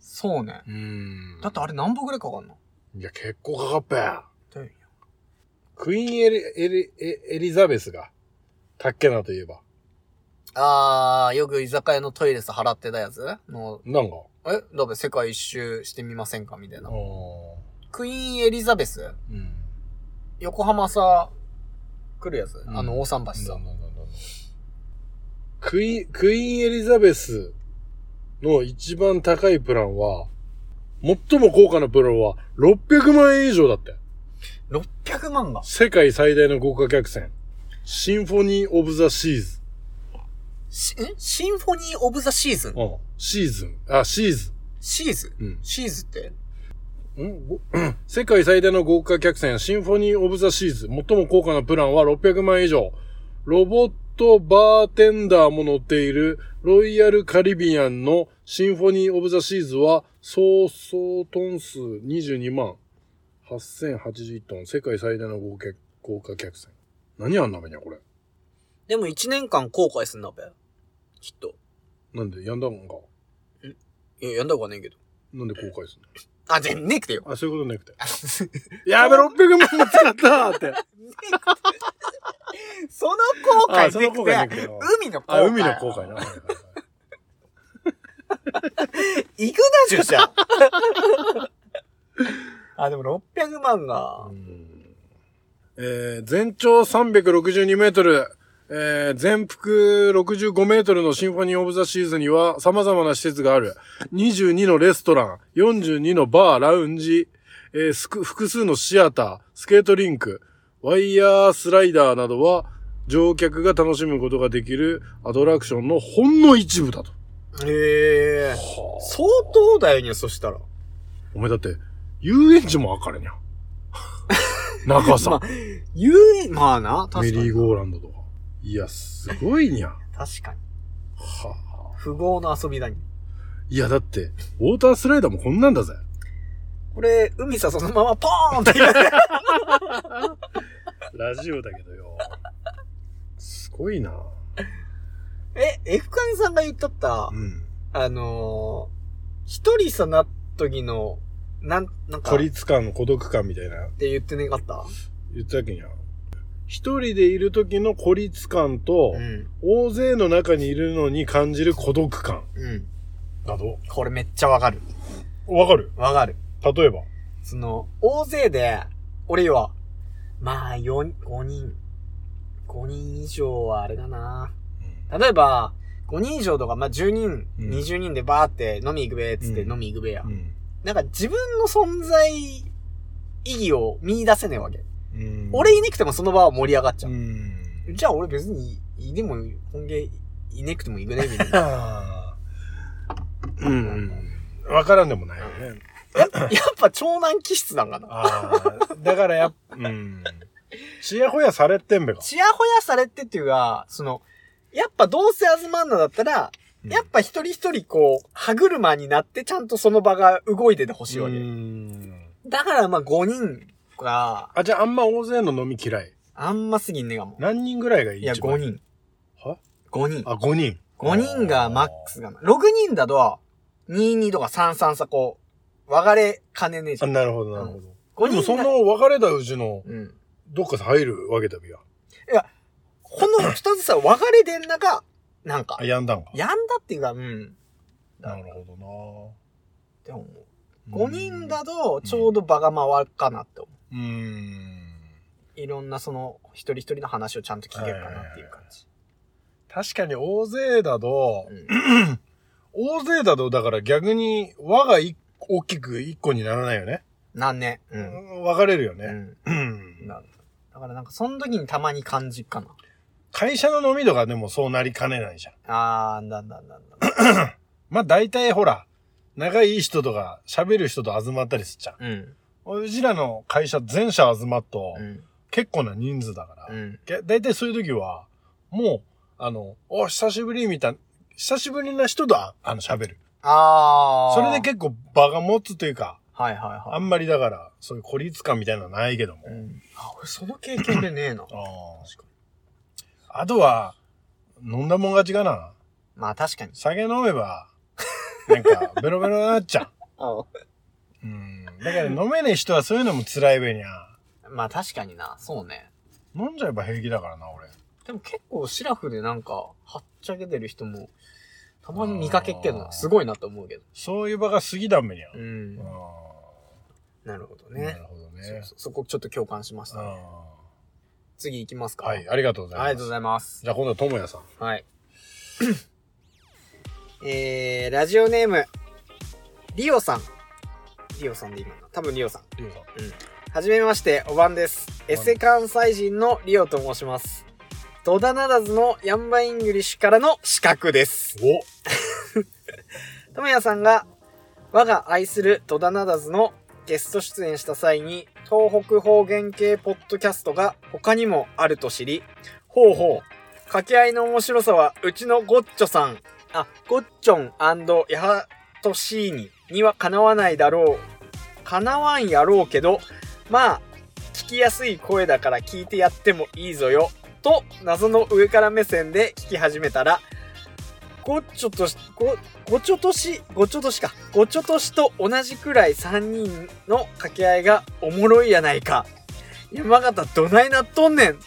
Speaker 1: そうね。
Speaker 2: うーん
Speaker 1: だってあれ何本ぐらいかかんの
Speaker 2: いや、結構かかったや。
Speaker 1: だよ
Speaker 2: クイーンエリ、エリ、エエリザベスが、タッケナといえば。
Speaker 1: あー、よく居酒屋のトイレさ払ってたやつの、
Speaker 2: なんか。
Speaker 1: えだべ世界一周してみませんかみたいな。
Speaker 2: う
Speaker 1: クイーンエリザベス
Speaker 2: ん。
Speaker 1: 横浜さ、来るやつ、
Speaker 2: ん
Speaker 1: あの、大桟橋
Speaker 2: な
Speaker 1: さ
Speaker 2: ん。だなんだなんだクイーン、クイーンエリザベスの一番高いプランは、最も高価なプランは600万円以上だって。
Speaker 1: 600万が。
Speaker 2: 世界最大の豪華客船。シンフォニー・オブ・ザ・シーズ
Speaker 1: しんシンフォニー・オブ・ザ・シーズン
Speaker 2: ン。うん。シーズン。あ、シーズ
Speaker 1: シーズ
Speaker 2: ン。うん。
Speaker 1: シーズって
Speaker 2: んご世界最大の豪華客船、シンフォニー・オブ・ザ・シーズ。最も高価なプランは600万円以上。ロボットバーテンダーも乗っているロイヤルカリビアンのシンフォニー・オブ・ザ・シーズは総総トン数22万8081トン。世界最大の豪華豪華客船。何あんなべにゃ、これ。
Speaker 1: でも1年間後悔すんなべ。きっと。
Speaker 2: なんで、やんだんか。
Speaker 1: いや、やんだことはねえけど。
Speaker 2: なんで後悔する
Speaker 1: あ、で、ねえくて よ。
Speaker 2: のあ、そういうことなくて。やべ、600万円使った って。
Speaker 1: その後
Speaker 2: あ、
Speaker 1: 悔
Speaker 2: そ
Speaker 1: ね
Speaker 2: の
Speaker 1: え
Speaker 2: 後
Speaker 1: く
Speaker 2: 悔
Speaker 1: て。
Speaker 2: なくて。
Speaker 1: 海の後悔。
Speaker 2: あ、海の後悔な。
Speaker 1: 行くな、じゃ あ、でも600万が。
Speaker 2: えー全長362メートル、えー全幅65メートルのシンフォニー・オブ・ザ・シーズンには様々な施設がある。22のレストラン、42のバー、ラウンジ、えーすく複数のシアター、スケートリンク、ワイヤースライダーなどは乗客が楽しむことができるアトラクションのほんの一部だと。
Speaker 1: へえ。相当だよね、そしたら。
Speaker 2: お前だって、遊園地も分か るにゃ。中さ、
Speaker 1: ま遊園、まあな、確
Speaker 2: メ
Speaker 1: か
Speaker 2: リー
Speaker 1: に。
Speaker 2: ゴーランドとか。いや、すごいにゃ。
Speaker 1: 確かに。
Speaker 2: はあ、
Speaker 1: 富豪の遊びだに。
Speaker 2: いや、だって、ウォータースライダーもこんなんだぜ。
Speaker 1: これ、海さ、そのままポーンって。
Speaker 2: ラジオだけどよ。すごいな。
Speaker 1: え、F カンさんが言ったった
Speaker 2: う、ん。
Speaker 1: あのー、一人さなっ時の、なん、なんか、
Speaker 2: 孤
Speaker 1: っ
Speaker 2: 立感、孤独感みたいな、
Speaker 1: て言ってねかった
Speaker 2: 言ったわけにゃ。一人でいる時の孤立感と、
Speaker 1: ん。
Speaker 2: 大勢の中にいるのに感じる孤独感
Speaker 1: うん。
Speaker 2: など。
Speaker 1: これめっちゃわかる。
Speaker 2: わかる
Speaker 1: わかる。
Speaker 2: 例えば。
Speaker 1: その、大勢で、俺は、まあ、4、5人。5人以上はあれだな。例えば、5人以上とか、まあ、10人、
Speaker 2: うん
Speaker 1: 20人でバーって飲み行くべ、つって
Speaker 2: うん
Speaker 1: 飲み行くべや。
Speaker 2: ん。
Speaker 1: なんか自分の存在意義を見出せねえわけ。
Speaker 2: うん
Speaker 1: 俺いなくてもその場は盛り上がっちゃう。
Speaker 2: ん。
Speaker 1: じゃあ俺別にい、いでも、本芸いなくてもいくね、みたいな。
Speaker 2: あーうん。わからんでもないよね。
Speaker 1: やっぱ長男気質なんかな。
Speaker 2: ああ、だからやっぱ、うん。ちやほやされてんべか。
Speaker 1: ちやほやされてっていうか、その、やっぱどうせあずまんなだったら、やっぱ一人一人こう、歯車になってちゃんとその場が動いててほしいわけ。
Speaker 2: うん
Speaker 1: だからまあ5人が、
Speaker 2: あ、じゃああんま大勢の飲み嫌い。
Speaker 1: あんますぎんねがも。
Speaker 2: 何人ぐらいがいい
Speaker 1: いや、5。人。
Speaker 2: は
Speaker 1: ?5 人。
Speaker 2: あ、5人。
Speaker 1: 5人がマックスがな。6人だと、22とか33さ、こう、分かれかねねえじ
Speaker 2: あ、
Speaker 1: ゃん。
Speaker 2: なるほど、なるほど。
Speaker 1: 5
Speaker 2: でも
Speaker 1: 人
Speaker 2: そんな
Speaker 1: が。
Speaker 2: 別れたうちの
Speaker 1: うん。
Speaker 2: どっか入るわけだびや。
Speaker 1: えや、ほんの一つさ、別れてん中、なんか
Speaker 2: あ、、やんだんか。
Speaker 1: やんだっていうか、うん。
Speaker 2: なるほ
Speaker 1: でも、
Speaker 2: どな。
Speaker 1: 5人だと、ちょうど場が回るかなって思う。
Speaker 2: うーん。
Speaker 1: いろんなその、一人一人の話をちゃんと聞けるかなっていう感じ。
Speaker 2: 確かに大勢だと、
Speaker 1: うん
Speaker 2: 大勢だと、だから逆に輪がい大きく一個にならないよね。
Speaker 1: なんね。うん。
Speaker 2: 分かれるよ
Speaker 1: う
Speaker 2: ね。
Speaker 1: ん。
Speaker 2: うん
Speaker 1: なるだからなんか、その時にたまに感じるかな。
Speaker 2: 会社の飲みとかでもそうなりかねないじゃん。
Speaker 1: あー、なんだなんだなん だ。
Speaker 2: まあ大体ほら、仲いい人とか喋る人と集まったりすっちゃ
Speaker 1: うん。
Speaker 2: う。うちらの会社全社集まっと
Speaker 1: う、ん。
Speaker 2: 結構な人数だから
Speaker 1: う、ん。
Speaker 2: け大体そういう時は、もう、あの、お、久しぶりみたいな、久しぶりな人とああの喋る。
Speaker 1: あー。
Speaker 2: それで結構場が持つというか、
Speaker 1: はいはい
Speaker 2: あ
Speaker 1: はい。
Speaker 2: んまりだから、そういう孤立感みたいなのはないけども。
Speaker 1: うん。あ、俺その経験でねえな。
Speaker 2: あ
Speaker 1: 確かに。
Speaker 2: ああとは、飲んだもん勝ちかな。
Speaker 1: まあ確かに。
Speaker 2: 酒飲めば、なんか、ベロベロになっちゃ
Speaker 1: あ
Speaker 2: う。うん。だから飲めねえ人はそういうのも辛いべにゃ。
Speaker 1: まあ確かにな。そうね。
Speaker 2: 飲んじゃえば平気だからな、俺。
Speaker 1: でも結構シラフでなんか、はっちゃけてる人も、たまに見かけっけど
Speaker 2: あー
Speaker 1: な。すごいなと思うけど。
Speaker 2: そういう場が過ぎだめにゃ。
Speaker 1: う
Speaker 2: う
Speaker 1: ん。
Speaker 2: ん
Speaker 1: なるほど
Speaker 2: な
Speaker 1: ね
Speaker 2: る。ほど
Speaker 1: そ
Speaker 2: ね
Speaker 1: う。そうそこちょっと共感しまし
Speaker 2: う
Speaker 1: た
Speaker 2: ん
Speaker 1: ね。次行きますか。
Speaker 2: はい、ありがとうございます。
Speaker 1: ありがとうございます。
Speaker 2: じゃあ今度はともやさん。
Speaker 1: はい。 えー、ラジオネーム、リオさん。リオさんでいいのかな多分リオさん。
Speaker 2: リュウさん。
Speaker 1: はじめまして、おばんです。エセ関西人のリオと申します。戸田ならずのヤンバイングリッシュからの資格です。
Speaker 2: お
Speaker 1: ともやさんが、我が愛する戸田ならずのゲスト出演した際に、東北方言系ポッドキャストが他にもあると知り、ほうほう、掛け合いの面白さは、うちのゴッチョさん、あ、ゴッチョンヤハトシーニにはかなわないだろう。かなわんやろうけど、まあ、聞きやすい声だから聞いてやってもいいぞよ。と、謎の上から目線で聞き始めたら、ごっちょとし、ご、ごちょとし、ごちょとしか。ごちょとしと同じくらい3人の掛け合いがおもろいやないか。山形どないなっとんねん。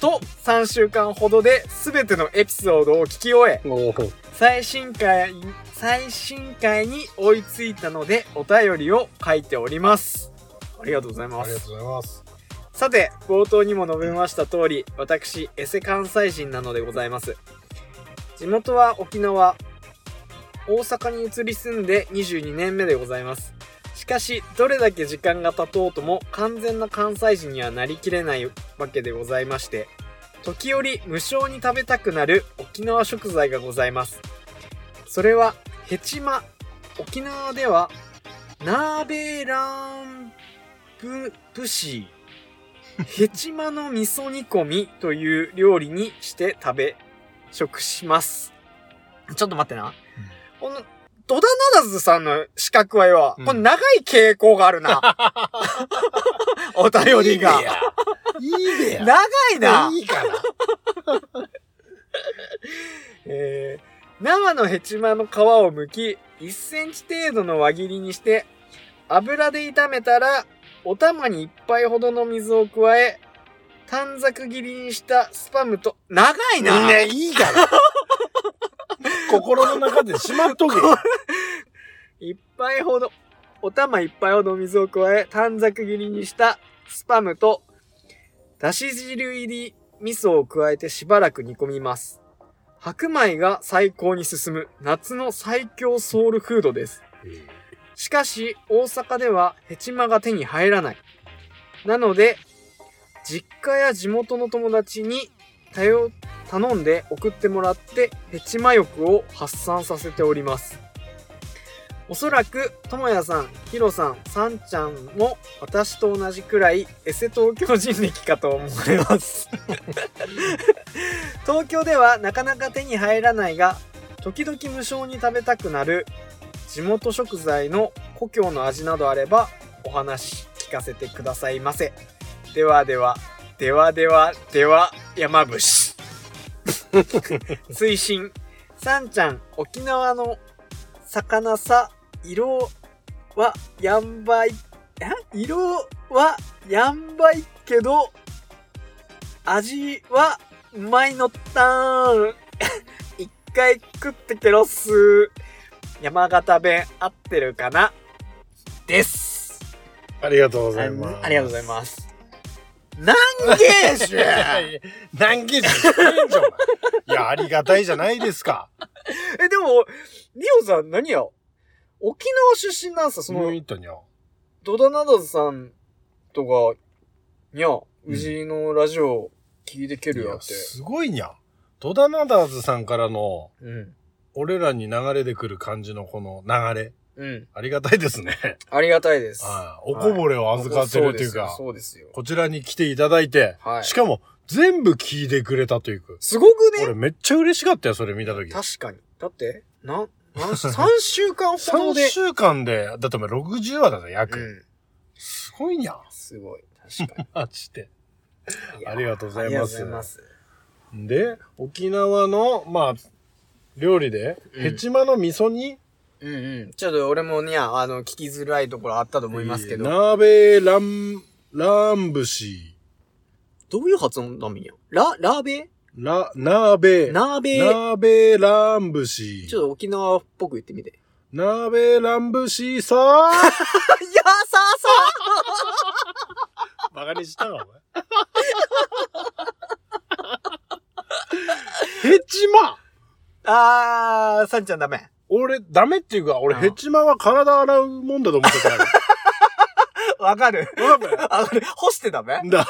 Speaker 1: と、3週間ほどで全てのエピソードを聞き終え、
Speaker 2: おお
Speaker 1: 最新回、最新回に追いついたのでお便りを書いております。ありがとうございま
Speaker 2: あり
Speaker 1: す
Speaker 2: が。とうございます。
Speaker 1: さて、冒頭にも述べました通り、私、エセ関西人なのでございます。地元は沖縄、大阪に移り住んで22年目でございます。しかし、どれだけ時間が経とうとも完全な関西人にはなりきれないわけでございまして、時折無償に食べたくなる沖縄食材がございます。それは、ヘチマ。沖縄では、ナーベランププシー。ヘチマの味噌煮込みという料理にして食べ、食します。ちょっと待ってな。この、ドダナダズさんの四角はよ、
Speaker 2: うん
Speaker 1: これ長い傾向がある な。お便りが。
Speaker 2: いいべや。
Speaker 1: 長いな。
Speaker 2: いいから。
Speaker 1: えー生のヘチマの皮を剥き、1センチ程度の輪切りにして、油で炒めたら、お玉に1杯ほどの水を加え、短冊切りにしたスパムと、長いな、
Speaker 2: ね、いいから。心の中でしまっとけ。
Speaker 1: 一杯ほど、お玉一杯ほど水を加え、短冊切りにしたスパムと、だし汁入り味噌を加えてしばらく煮込みます。白米が最高に進む夏の最強ソウルフードです。しかし、大阪ではヘチマが手に入らない。なので、実家や地元の友達に頼頼んで送ってもらって、ヘチマ欲を発散させております。おそらく、ともやさん、ひろさん、さんちゃんも、私と同じくらい、エセ東京人力かと思います。 東京ではなかなか手に入らないが、時々無償に食べたくなる、地元食材の故郷の味などあれば、お話聞かせてくださいませ。ではでは、ではでは、では、山伏。 推進。さんちゃん、沖縄の魚さ、色はやんばい、え色はやんばいけど、味は、うまいのったーん。 一回食ってけろっす。山形弁合ってるかなです。
Speaker 2: ありがとうご
Speaker 1: あ
Speaker 2: ざいます。
Speaker 1: ありがとうございます。何芸種 え、
Speaker 2: 何件じゃんじゃんお前いや、ありがたいじゃないですか。
Speaker 1: でも、ミオさん何や沖縄出身なんすかそ
Speaker 2: その
Speaker 1: の、
Speaker 2: イントにょ。
Speaker 1: ドダナダズさんとか、にゃ、うじのラジオ聞いてけ
Speaker 2: い
Speaker 1: るや
Speaker 2: や、
Speaker 1: って。
Speaker 2: すごいにゃ。戸田ナダーズさんからの、
Speaker 1: うん。
Speaker 2: 俺らに流れてくる感じのこの流れ。
Speaker 1: うん。
Speaker 2: ありがたいで すね。
Speaker 1: ありがたいです。
Speaker 2: はいおこぼれを預かってるというか、
Speaker 1: そうですよ。そうですよ
Speaker 2: こちらに来ていただいて、
Speaker 1: はい
Speaker 2: しかも全部聞いてくれたというか。
Speaker 1: すごくね
Speaker 2: 俺めっちゃ嬉しかったよ、それ見たとき。
Speaker 1: 確かに。だって、 な、なんし3週間ほどで
Speaker 2: 3。週間で、だってお前60話だぜ、約。
Speaker 1: うん。
Speaker 2: すごいにゃ。
Speaker 1: すごい。確か
Speaker 2: マジで。
Speaker 1: に。
Speaker 2: ありがとうござ
Speaker 1: あ
Speaker 2: います
Speaker 1: りがとうございます。
Speaker 2: で、沖縄の、まあ、料理で、
Speaker 1: うん
Speaker 2: ヘチマの味噌煮、
Speaker 1: うんうん。ちょっと俺もにゃ、あの、聞きづらいところあったと思いますけど。
Speaker 2: 鍋ラン、ランブシ
Speaker 1: どういう発音なんやラ、ラーベ
Speaker 2: ー、ラ、鍋、
Speaker 1: 鍋
Speaker 2: 鍋ランブシー。
Speaker 1: ちょっと沖縄っぽく言って みて。
Speaker 2: 鍋ランブシー さー
Speaker 1: いやさあさ
Speaker 2: バカにしたわ、お 前。ヘチマ
Speaker 1: ああー、さんちゃんダメ。
Speaker 2: 俺、ダメっていうか、俺、
Speaker 1: うん
Speaker 2: ヘチマは体洗うもんだと思ってたから。
Speaker 1: わかる。
Speaker 2: わかんな
Speaker 1: あ、これ、干してダメ
Speaker 2: いだ。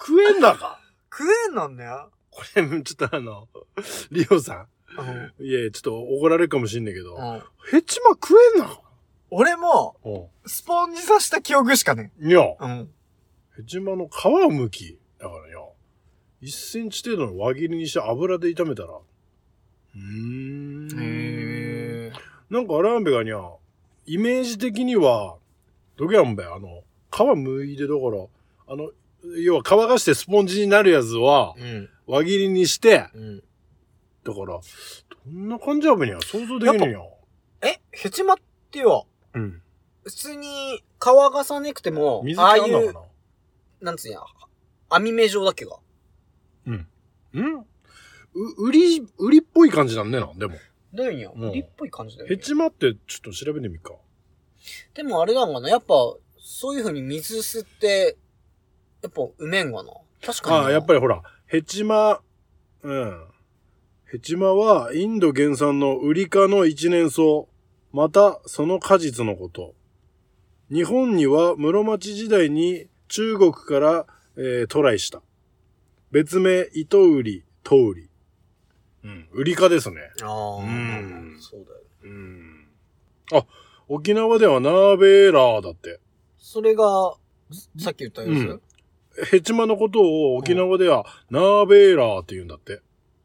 Speaker 2: 食えんだか
Speaker 1: 食えんなんだよ。
Speaker 2: これ、 ちょっとあの、リオさ
Speaker 1: うん。
Speaker 2: ん。いや、ちょっと怒られるかもしんないけど、
Speaker 1: うん、
Speaker 2: ヘチマ食えんな
Speaker 1: 俺も、
Speaker 2: う
Speaker 1: スポンジ刺した記憶しかね
Speaker 2: ん。いや。
Speaker 1: え。うん。
Speaker 2: ヘチマの皮を剥き、だからよ、1センチ程度の輪切りにして油で炒めたら、うーん。
Speaker 1: へえ。
Speaker 2: なんかアランベがにゃ、イメージ的には、どけやんべ、あの、皮剥いで、だから、あの、要は乾かしてスポンジになるやつは、
Speaker 1: うん。
Speaker 2: 輪切りにして、
Speaker 1: うん。
Speaker 2: だから、どんな感じやべにゃ、想像できねえにゃ。
Speaker 1: え、ヘチマってよ、
Speaker 2: うん。
Speaker 1: 普通に皮がさねくても、
Speaker 2: 水気
Speaker 1: ああ
Speaker 2: あ
Speaker 1: い
Speaker 2: んのか
Speaker 1: う
Speaker 2: な、
Speaker 1: なんつうんや、網目状だっけが。
Speaker 2: うんう、売り、売りっぽい感じなんねえな、でも。
Speaker 1: どういうんや、
Speaker 2: うん
Speaker 1: 栗っぽい感じだよ、
Speaker 2: ヘ
Speaker 1: ね。
Speaker 2: チマってちょっと調べてみっか。
Speaker 1: でもあれなんかな、やっぱ、そういう風に水吸って、やっぱ、うめんがな。確かにな。
Speaker 2: ああ、やっぱ
Speaker 1: り。
Speaker 2: りほら、ヘチマ、うん。ヘチマはインド原産のウリ科の一年草、またその果実のこと。日本には室町時代に中国から、えー、渡来した。別名、糸ウリ、トウリ。うん、ウリ科ですね。
Speaker 1: ああ、
Speaker 2: うん
Speaker 1: そうだよ。
Speaker 2: うん。あ、沖縄ではナーベーラーだって。
Speaker 1: それが、さっき言ったやつ、
Speaker 2: うんヘチマのことを沖縄ではナーベーラーって言うんだって。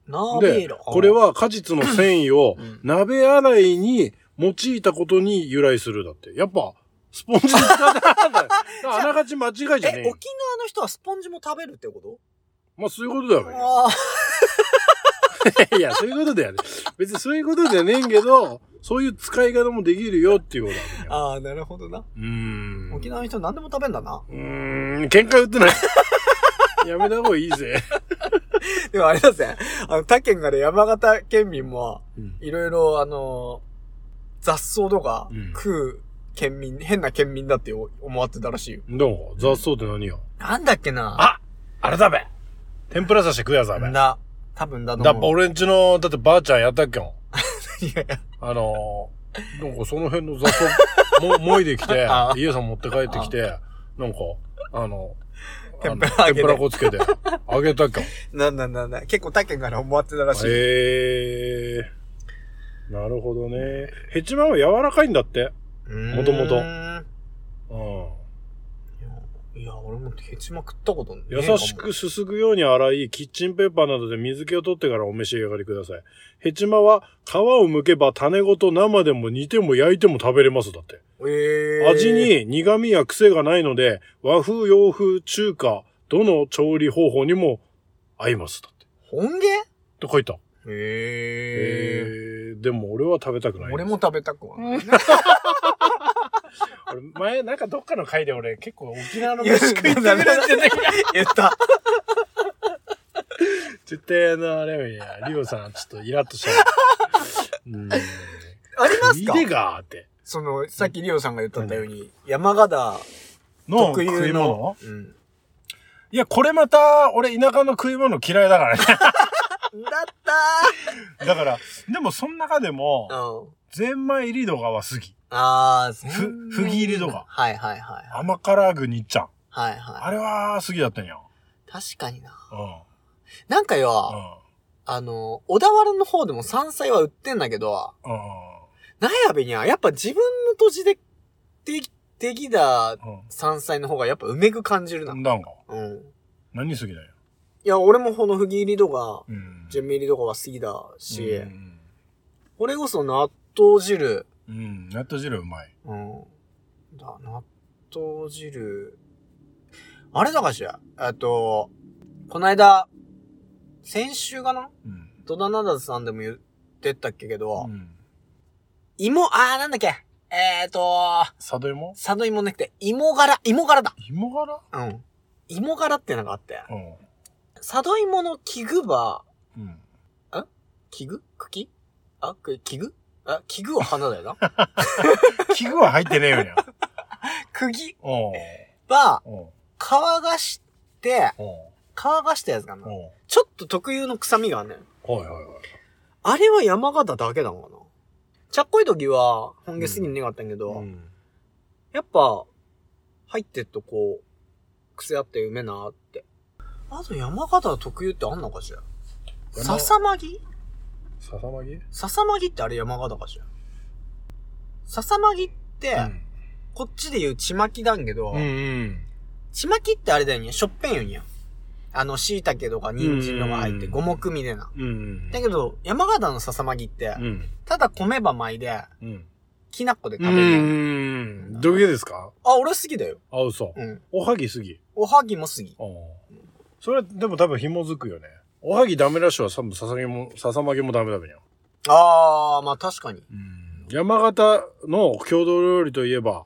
Speaker 1: ナーベ
Speaker 2: で
Speaker 1: ーラ、
Speaker 2: これ、は果実の繊維を
Speaker 1: うん
Speaker 2: 鍋洗いに用いたことに由来するだって。やっぱ、スポンジで使ってなかったよあながち間違い じ
Speaker 1: え、
Speaker 2: ゃ
Speaker 1: 沖
Speaker 2: ね
Speaker 1: 縄
Speaker 2: え
Speaker 1: の。人はスポンジも食べるってこ
Speaker 2: まあそういうことだ
Speaker 1: と
Speaker 2: よ
Speaker 1: ああ、
Speaker 2: ね。いや、そういうことだよね。別にそういうことじゃねえけど、そういう使い方もできるよっていうことだよね。
Speaker 1: ああ、なるほどな。
Speaker 2: うーん。
Speaker 1: 沖縄の人何でも食べんだな。
Speaker 2: うーん、喧嘩売ってない。 やめた方がいいぜ。
Speaker 1: でもあれだぜ。あの、他県から山形県民も、
Speaker 2: うん
Speaker 1: いろいろ、あのー雑草とか
Speaker 2: うん
Speaker 1: 食う県民、変な県民だって思わってたらしいよ。
Speaker 2: どう雑草って何よ
Speaker 1: なんだっけな
Speaker 2: ああれだべ天ぷら刺して食うやつだべ。だっ
Speaker 1: だ。多分だと
Speaker 2: ぱ
Speaker 1: 思う。
Speaker 2: 俺んちの、だってばあちゃんやったっけん。
Speaker 1: いやいや
Speaker 2: あのー、なんかその辺の雑草、も、 もいできて
Speaker 1: あ、
Speaker 2: 家さん持って帰ってきて、なんか、あの、あの
Speaker 1: 天ぷら揚げて
Speaker 2: 天ぷら粉つけ て、揚げたっけん。
Speaker 1: なんだなんだ。結構他県から思わってたらしい。
Speaker 2: へえー。なるほどね。ヘチマは柔らかいんだって。
Speaker 1: も
Speaker 2: もともと
Speaker 1: い
Speaker 2: うん。
Speaker 1: や、俺もヘチマ食ったことない。
Speaker 2: 優しく。すすぐように洗い、キッチンペーパーなどで水気を取ってからお召し上がりください。ヘチマは皮を剥けば種ごと生でも煮ても焼いても食べれます。だって。
Speaker 1: えー、
Speaker 2: 味。に苦味や癖がないので、和風、洋風、中華、どの調理方法にも合います。だって。
Speaker 1: 本毛
Speaker 2: と書いた。
Speaker 1: へえ
Speaker 2: えーでも俺は食べたくない。
Speaker 1: 俺も。食べたくはない。
Speaker 2: 俺、前、なんかどっかの回で俺、結構沖縄の飯食いってみるんじゃない
Speaker 1: 言った。
Speaker 2: 絶対あの、あれよいや、リオさん、ちょっとイラッとした。う ん。
Speaker 1: あります
Speaker 2: い
Speaker 1: か
Speaker 2: でがーって。
Speaker 1: その、さっきリオさんが言ったんだように、山形
Speaker 2: の
Speaker 1: 特
Speaker 2: 食
Speaker 1: 有
Speaker 2: い
Speaker 1: の
Speaker 2: 物。
Speaker 1: うん。
Speaker 2: いや、これまた、俺、田舎の食い物嫌いだからね。
Speaker 1: だった
Speaker 2: だから、でも、その中でも、
Speaker 1: ーうん。
Speaker 2: ゼンマイ入りとかは好き。
Speaker 1: あー、
Speaker 2: ふ
Speaker 1: 全然
Speaker 2: ふぎ入りとか
Speaker 1: はいはいはい。
Speaker 2: 甘辛具にっちゃん。
Speaker 1: はいは
Speaker 2: あれは、好きだったんや。
Speaker 1: い。確かにな。
Speaker 2: うん。
Speaker 1: なんかよ、
Speaker 2: う
Speaker 1: あの、小田原の方でも山菜は売ってんだけど、
Speaker 2: ん。
Speaker 1: 納屋にはやっぱ自分の土地で、で、できた
Speaker 2: うん。
Speaker 1: 山菜の方がやっぱうめく感じるな
Speaker 2: う。ん。なんか、
Speaker 1: うん。
Speaker 2: 何好きだよ。
Speaker 1: いや、俺もこのふぎ入りとか、
Speaker 2: うん。
Speaker 1: 準備入りとかは好きだし、
Speaker 2: うん。
Speaker 1: これこそ納豆汁。
Speaker 2: うん。納豆汁うまい。
Speaker 1: うん。だ、納豆汁。あれだかしらえっと、こないだ、先週かな
Speaker 2: うん。
Speaker 1: 戸田灘さんでも言ってたっけけど、
Speaker 2: うん。
Speaker 1: 芋、あーなんだっけえーと、
Speaker 2: 里芋
Speaker 1: サドイモなくて、芋柄、芋柄だ。
Speaker 2: 芋柄
Speaker 1: うん。芋柄ってのがあって、
Speaker 2: うん。
Speaker 1: サドイモの器具は、
Speaker 2: うん。
Speaker 1: 器具茎あ、く器具あ、器具は花だよな。
Speaker 2: 器具は入ってねえよにゃ。
Speaker 1: 釘
Speaker 2: おう
Speaker 1: は、
Speaker 2: おう
Speaker 1: 乾がして、
Speaker 2: おう
Speaker 1: 乾がしたやつかな。
Speaker 2: おう
Speaker 1: ちょっと特有の臭みがあるねん。
Speaker 2: はいはいはい。
Speaker 1: あれは山形だけなのかなちゃっこい時は、本家すぎに願ったんやけど、
Speaker 2: うん。
Speaker 1: やっぱ、入ってっとこう、癖あってうめえなって。あと山形特有ってあんのかしらさ
Speaker 2: 山
Speaker 1: さまぎ
Speaker 2: ささまぎ
Speaker 1: ささまぎってあれ山形かしらささまぎって、こっちで言うちまきだんけど、
Speaker 2: うんうん。
Speaker 1: ちまきってあれだよね、しょっぺんよにゃ。あの、椎茸とか人参とか入って
Speaker 2: うん
Speaker 1: 五目みたいな。
Speaker 2: うん
Speaker 1: だけど、山形のささまぎって、
Speaker 2: うん。
Speaker 1: ただ米ばまいで、
Speaker 2: うん。
Speaker 1: きな粉で
Speaker 2: う
Speaker 1: 食べる。
Speaker 2: ん。どげですか
Speaker 1: あ、俺好きだよ。
Speaker 2: あ、嘘。
Speaker 1: うん。
Speaker 2: おはぎすぎ。
Speaker 1: おはぎも好き。
Speaker 2: おうそれはでも多分紐づくよね。おはぎダメらしいは多分ささぎも、ささまぎもダメだべにゃ。
Speaker 1: あー、まあ確かに。
Speaker 2: うん。山形の郷土料理といえば、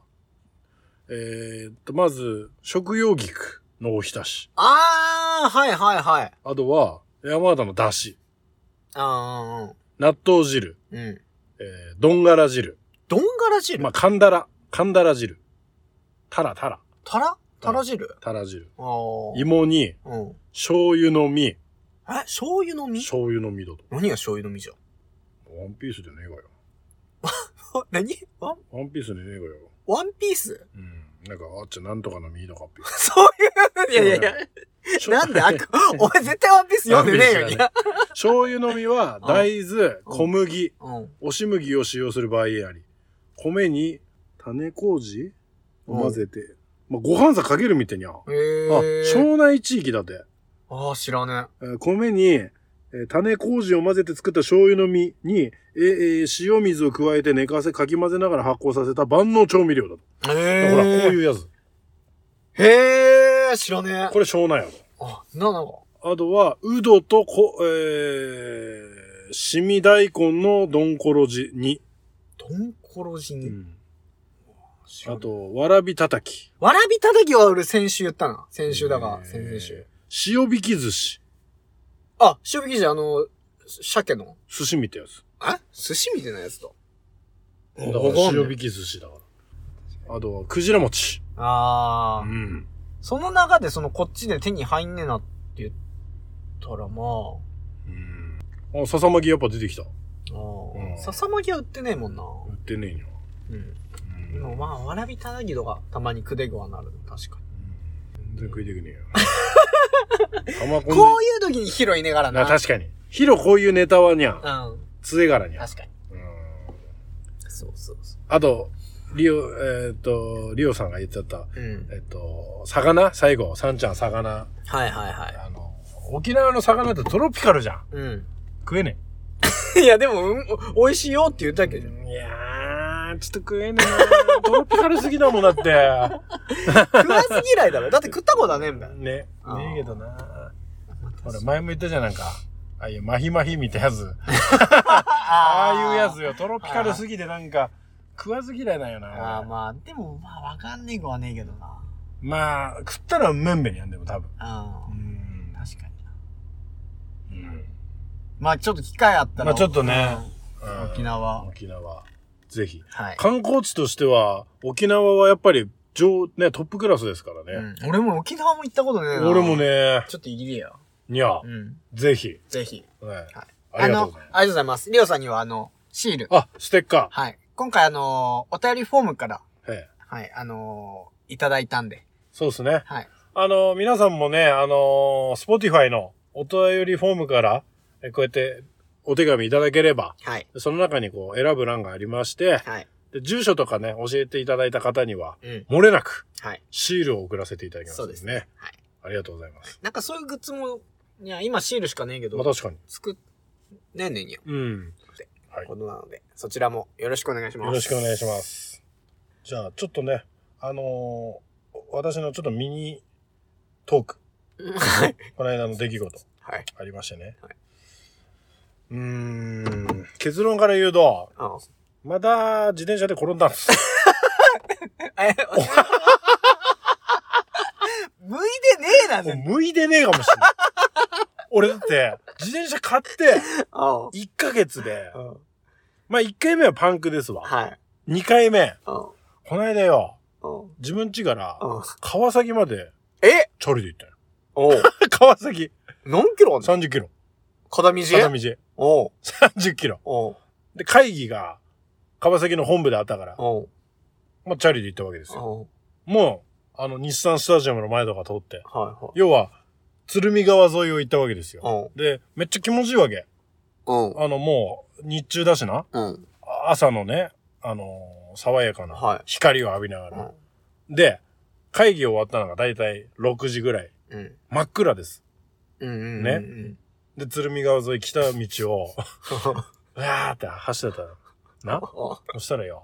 Speaker 2: えーっと、まず、食用菊のおひたし。
Speaker 1: あー、はいはいはい。
Speaker 2: あとは、山形のだし、
Speaker 1: あ
Speaker 2: 納豆汁、
Speaker 1: ー、うん。うん。
Speaker 2: えー、どんがら汁、
Speaker 1: どんがら汁
Speaker 2: まあ、かんだら、かんだら汁、たらたら、
Speaker 1: たらたら汁
Speaker 2: たら汁、
Speaker 1: あー。
Speaker 2: 芋に、
Speaker 1: うん。
Speaker 2: 醤油の実、
Speaker 1: え、醤油の実
Speaker 2: 醤油の実だと。
Speaker 1: 何が醤油の実じゃん。
Speaker 2: ワンピースでねえわよ。
Speaker 1: あ何ワン、
Speaker 2: ワンピースでねえわよ。
Speaker 1: ワンピース
Speaker 2: うん。なんか、あっちゃなんとかの実とかっていう
Speaker 1: そういう、いやいやいや。 なんであく、お前絶対ワンピース読んでねえよ、
Speaker 2: ワンピース
Speaker 1: に
Speaker 2: じゃ 醤油の実は、大豆、小麦、
Speaker 1: うん。
Speaker 2: 押し麦を使用する場合あり、米に種麹を混ぜて、まあ、ご飯さかけるみたいにゃ。あ、
Speaker 1: へえ。
Speaker 2: 庄内地域だって。
Speaker 1: ああ、知らね
Speaker 2: えー米に、えー種麹を混ぜて作った醤油の実に、えーえー塩水を加えて寝かせ、かき混ぜながら発酵させた万能調味料だと。
Speaker 1: え。へ
Speaker 2: ほら、こういうやつ。
Speaker 1: へえ、知らねえ。
Speaker 2: これ庄内や
Speaker 1: あ、な、なんか。
Speaker 2: ろ。あとは、うどとこ、えー、しみ大根のどんころじ煮。
Speaker 1: どんころじに。
Speaker 2: あ、と、わらびたたき。
Speaker 1: わらびたたきは俺先週言ったな。先週だが、
Speaker 2: えー
Speaker 1: 先々週。。
Speaker 2: 塩引き寿司。
Speaker 1: あ、塩引きじゃんあの、鮭の。
Speaker 2: 寿司みたいなやつ。
Speaker 1: え寿司みたいなやつと。
Speaker 2: だから塩引き寿司だから。あとは、クジラ餅。
Speaker 1: あ
Speaker 2: う
Speaker 1: ー。
Speaker 2: ん。
Speaker 1: その中でそのこっちで手に入んねえなって言ったらま
Speaker 2: あ、ささまぎやっぱ出てきた。
Speaker 1: あ、
Speaker 2: う
Speaker 1: あ
Speaker 2: ん
Speaker 1: あ。ささまぎは売ってねえもんな。
Speaker 2: 売ってねえにゃ。
Speaker 1: うん。
Speaker 2: う
Speaker 1: でも
Speaker 2: ん
Speaker 1: まあ、わらびたたきとかたまにくでぐわなる。確かに。
Speaker 2: 全然食いてくねえよ。あん まこん
Speaker 1: こういう時にヒロいねがら
Speaker 2: な、
Speaker 1: な。
Speaker 2: 確かに。ヒロこういうネタはにゃ、
Speaker 1: うん。
Speaker 2: 杖柄にゃ。
Speaker 1: 確かに。
Speaker 2: うん
Speaker 1: そうそうそ
Speaker 2: あと、リオ、えーっと、リオさんが言ってた、
Speaker 1: う。うん。
Speaker 2: えっと、魚最後、サンちゃん魚。
Speaker 1: はいはいはい。
Speaker 2: あの、沖縄の魚ってトロピカルじゃん。
Speaker 1: うん。
Speaker 2: 食えね
Speaker 1: いや、でも、うん、美味しいよって言ったけど。
Speaker 2: え。いやー、ちょっと食えねえ。 トロピカルすぎだもんだって。
Speaker 1: 食わず嫌いだ ろ。だって食ったことはねえんだよ。
Speaker 2: ね。ね
Speaker 1: あー
Speaker 2: えけどな。ほら、前も言ったじゃん、なんか。ああいうマヒマヒみたいなやつ。あ
Speaker 1: あ
Speaker 2: あいうやつよ。トロピカルすぎてなんか、食わず嫌いなんよな。
Speaker 1: ああ、まあ、でも、まあ、わかんねえ子はねえけどな。
Speaker 2: まあ、食ったらうめんべんやん、でも多分。
Speaker 1: う。
Speaker 2: うんん。
Speaker 1: 確かにな。
Speaker 2: うん。
Speaker 1: まあ、ちょっと機会あったら。
Speaker 2: まあちょっとね
Speaker 1: うん。沖縄。
Speaker 2: 沖縄。ぜひ。
Speaker 1: はい。
Speaker 2: 観光地としては、沖縄はやっぱり上、ね、トップクラスですから
Speaker 1: う
Speaker 2: ね。
Speaker 1: ん、俺も沖縄も行ったことねえな。
Speaker 2: 俺も。ね、
Speaker 1: ちょっと行きてえよ。
Speaker 2: にゃ、
Speaker 1: うん。
Speaker 2: ぜひ。
Speaker 1: ぜひ。
Speaker 2: はい。あ
Speaker 1: あ
Speaker 2: りがと
Speaker 1: の
Speaker 2: うござい、ます。
Speaker 1: ありがとうございます。リオさんには、あの、シール。
Speaker 2: あ、ステッカ
Speaker 1: はい。今回、あの、お便りフォームから、
Speaker 2: ー。はい。
Speaker 1: はい、あの、いただいたんで。
Speaker 2: そうですね。
Speaker 1: はい。
Speaker 2: あの、皆さんもね、あのスポティファイのお便りフォームから、えこうやってお手紙いただければ、
Speaker 1: はい。
Speaker 2: その中にこう選ぶ欄がありまして、
Speaker 1: はい。
Speaker 2: で住所とかね、教えていただいた方には、
Speaker 1: うん。
Speaker 2: 漏れなく
Speaker 1: はい。
Speaker 2: シールを送らせていただきます、ね。
Speaker 1: そうですね。はい。
Speaker 2: ありがとうございます。
Speaker 1: なんかそういうグッズも、いや、今シールしかねえけど、
Speaker 2: まあ確かに。
Speaker 1: 作っ、ねえねえにゃ。
Speaker 2: うん。はい。
Speaker 1: ことなので、そちらもよろしくお願いします。
Speaker 2: よろしくお願いし
Speaker 1: ま
Speaker 2: ます。じゃあ、ちょっとね、あのー私のちょっとミニトーク、
Speaker 1: す。はい。
Speaker 2: この間の出来事
Speaker 1: はい。
Speaker 2: ありましてね。
Speaker 1: はいう
Speaker 2: ーん、結論から言うと、
Speaker 1: あの
Speaker 2: また自転車で転んだ んです。
Speaker 1: え、向いてねえな
Speaker 2: もう
Speaker 1: ね。
Speaker 2: 向いてねえかもしれない。俺だって、自転車買って
Speaker 1: あ
Speaker 2: 1ヶ月で、
Speaker 1: あ。
Speaker 2: まあ1回目はパンクですわ。
Speaker 1: はい。
Speaker 2: 2回目、
Speaker 1: あ
Speaker 2: この間よ、
Speaker 1: あ。
Speaker 2: 自分家から
Speaker 1: ああ。
Speaker 2: 川崎まで
Speaker 1: え
Speaker 2: チャリで 行ったよ。
Speaker 1: おう。
Speaker 2: 川崎、
Speaker 1: 何キロあんの
Speaker 2: 30キロ。
Speaker 1: 片道
Speaker 2: 片道、
Speaker 1: おう。
Speaker 2: 30キロ。
Speaker 1: おう。
Speaker 2: で、会議が川崎の本部であったから、
Speaker 1: おう。
Speaker 2: まあチャリで行ったわけですよ。
Speaker 1: おう。
Speaker 2: もう、あの、日産スタジアムの前とか通って、
Speaker 1: はいはい。
Speaker 2: 要は、鶴見川沿いを行ったわけですよ。
Speaker 1: おう。
Speaker 2: で、めっちゃ気持ちいいわけ。
Speaker 1: おう。
Speaker 2: あの、もう、日中だしな。
Speaker 1: うん。
Speaker 2: 朝のね、あのー爽やかな
Speaker 1: はい。
Speaker 2: 光を浴びながら。で、会議終わったのがだいたい6時ぐらい。
Speaker 1: うん。
Speaker 2: 真っ暗です。
Speaker 1: うん。うん。
Speaker 2: ね
Speaker 1: うん。
Speaker 2: で、鶴見川沿い来た道を、 うわーって走ってたの。な
Speaker 1: お
Speaker 2: そしたらよ。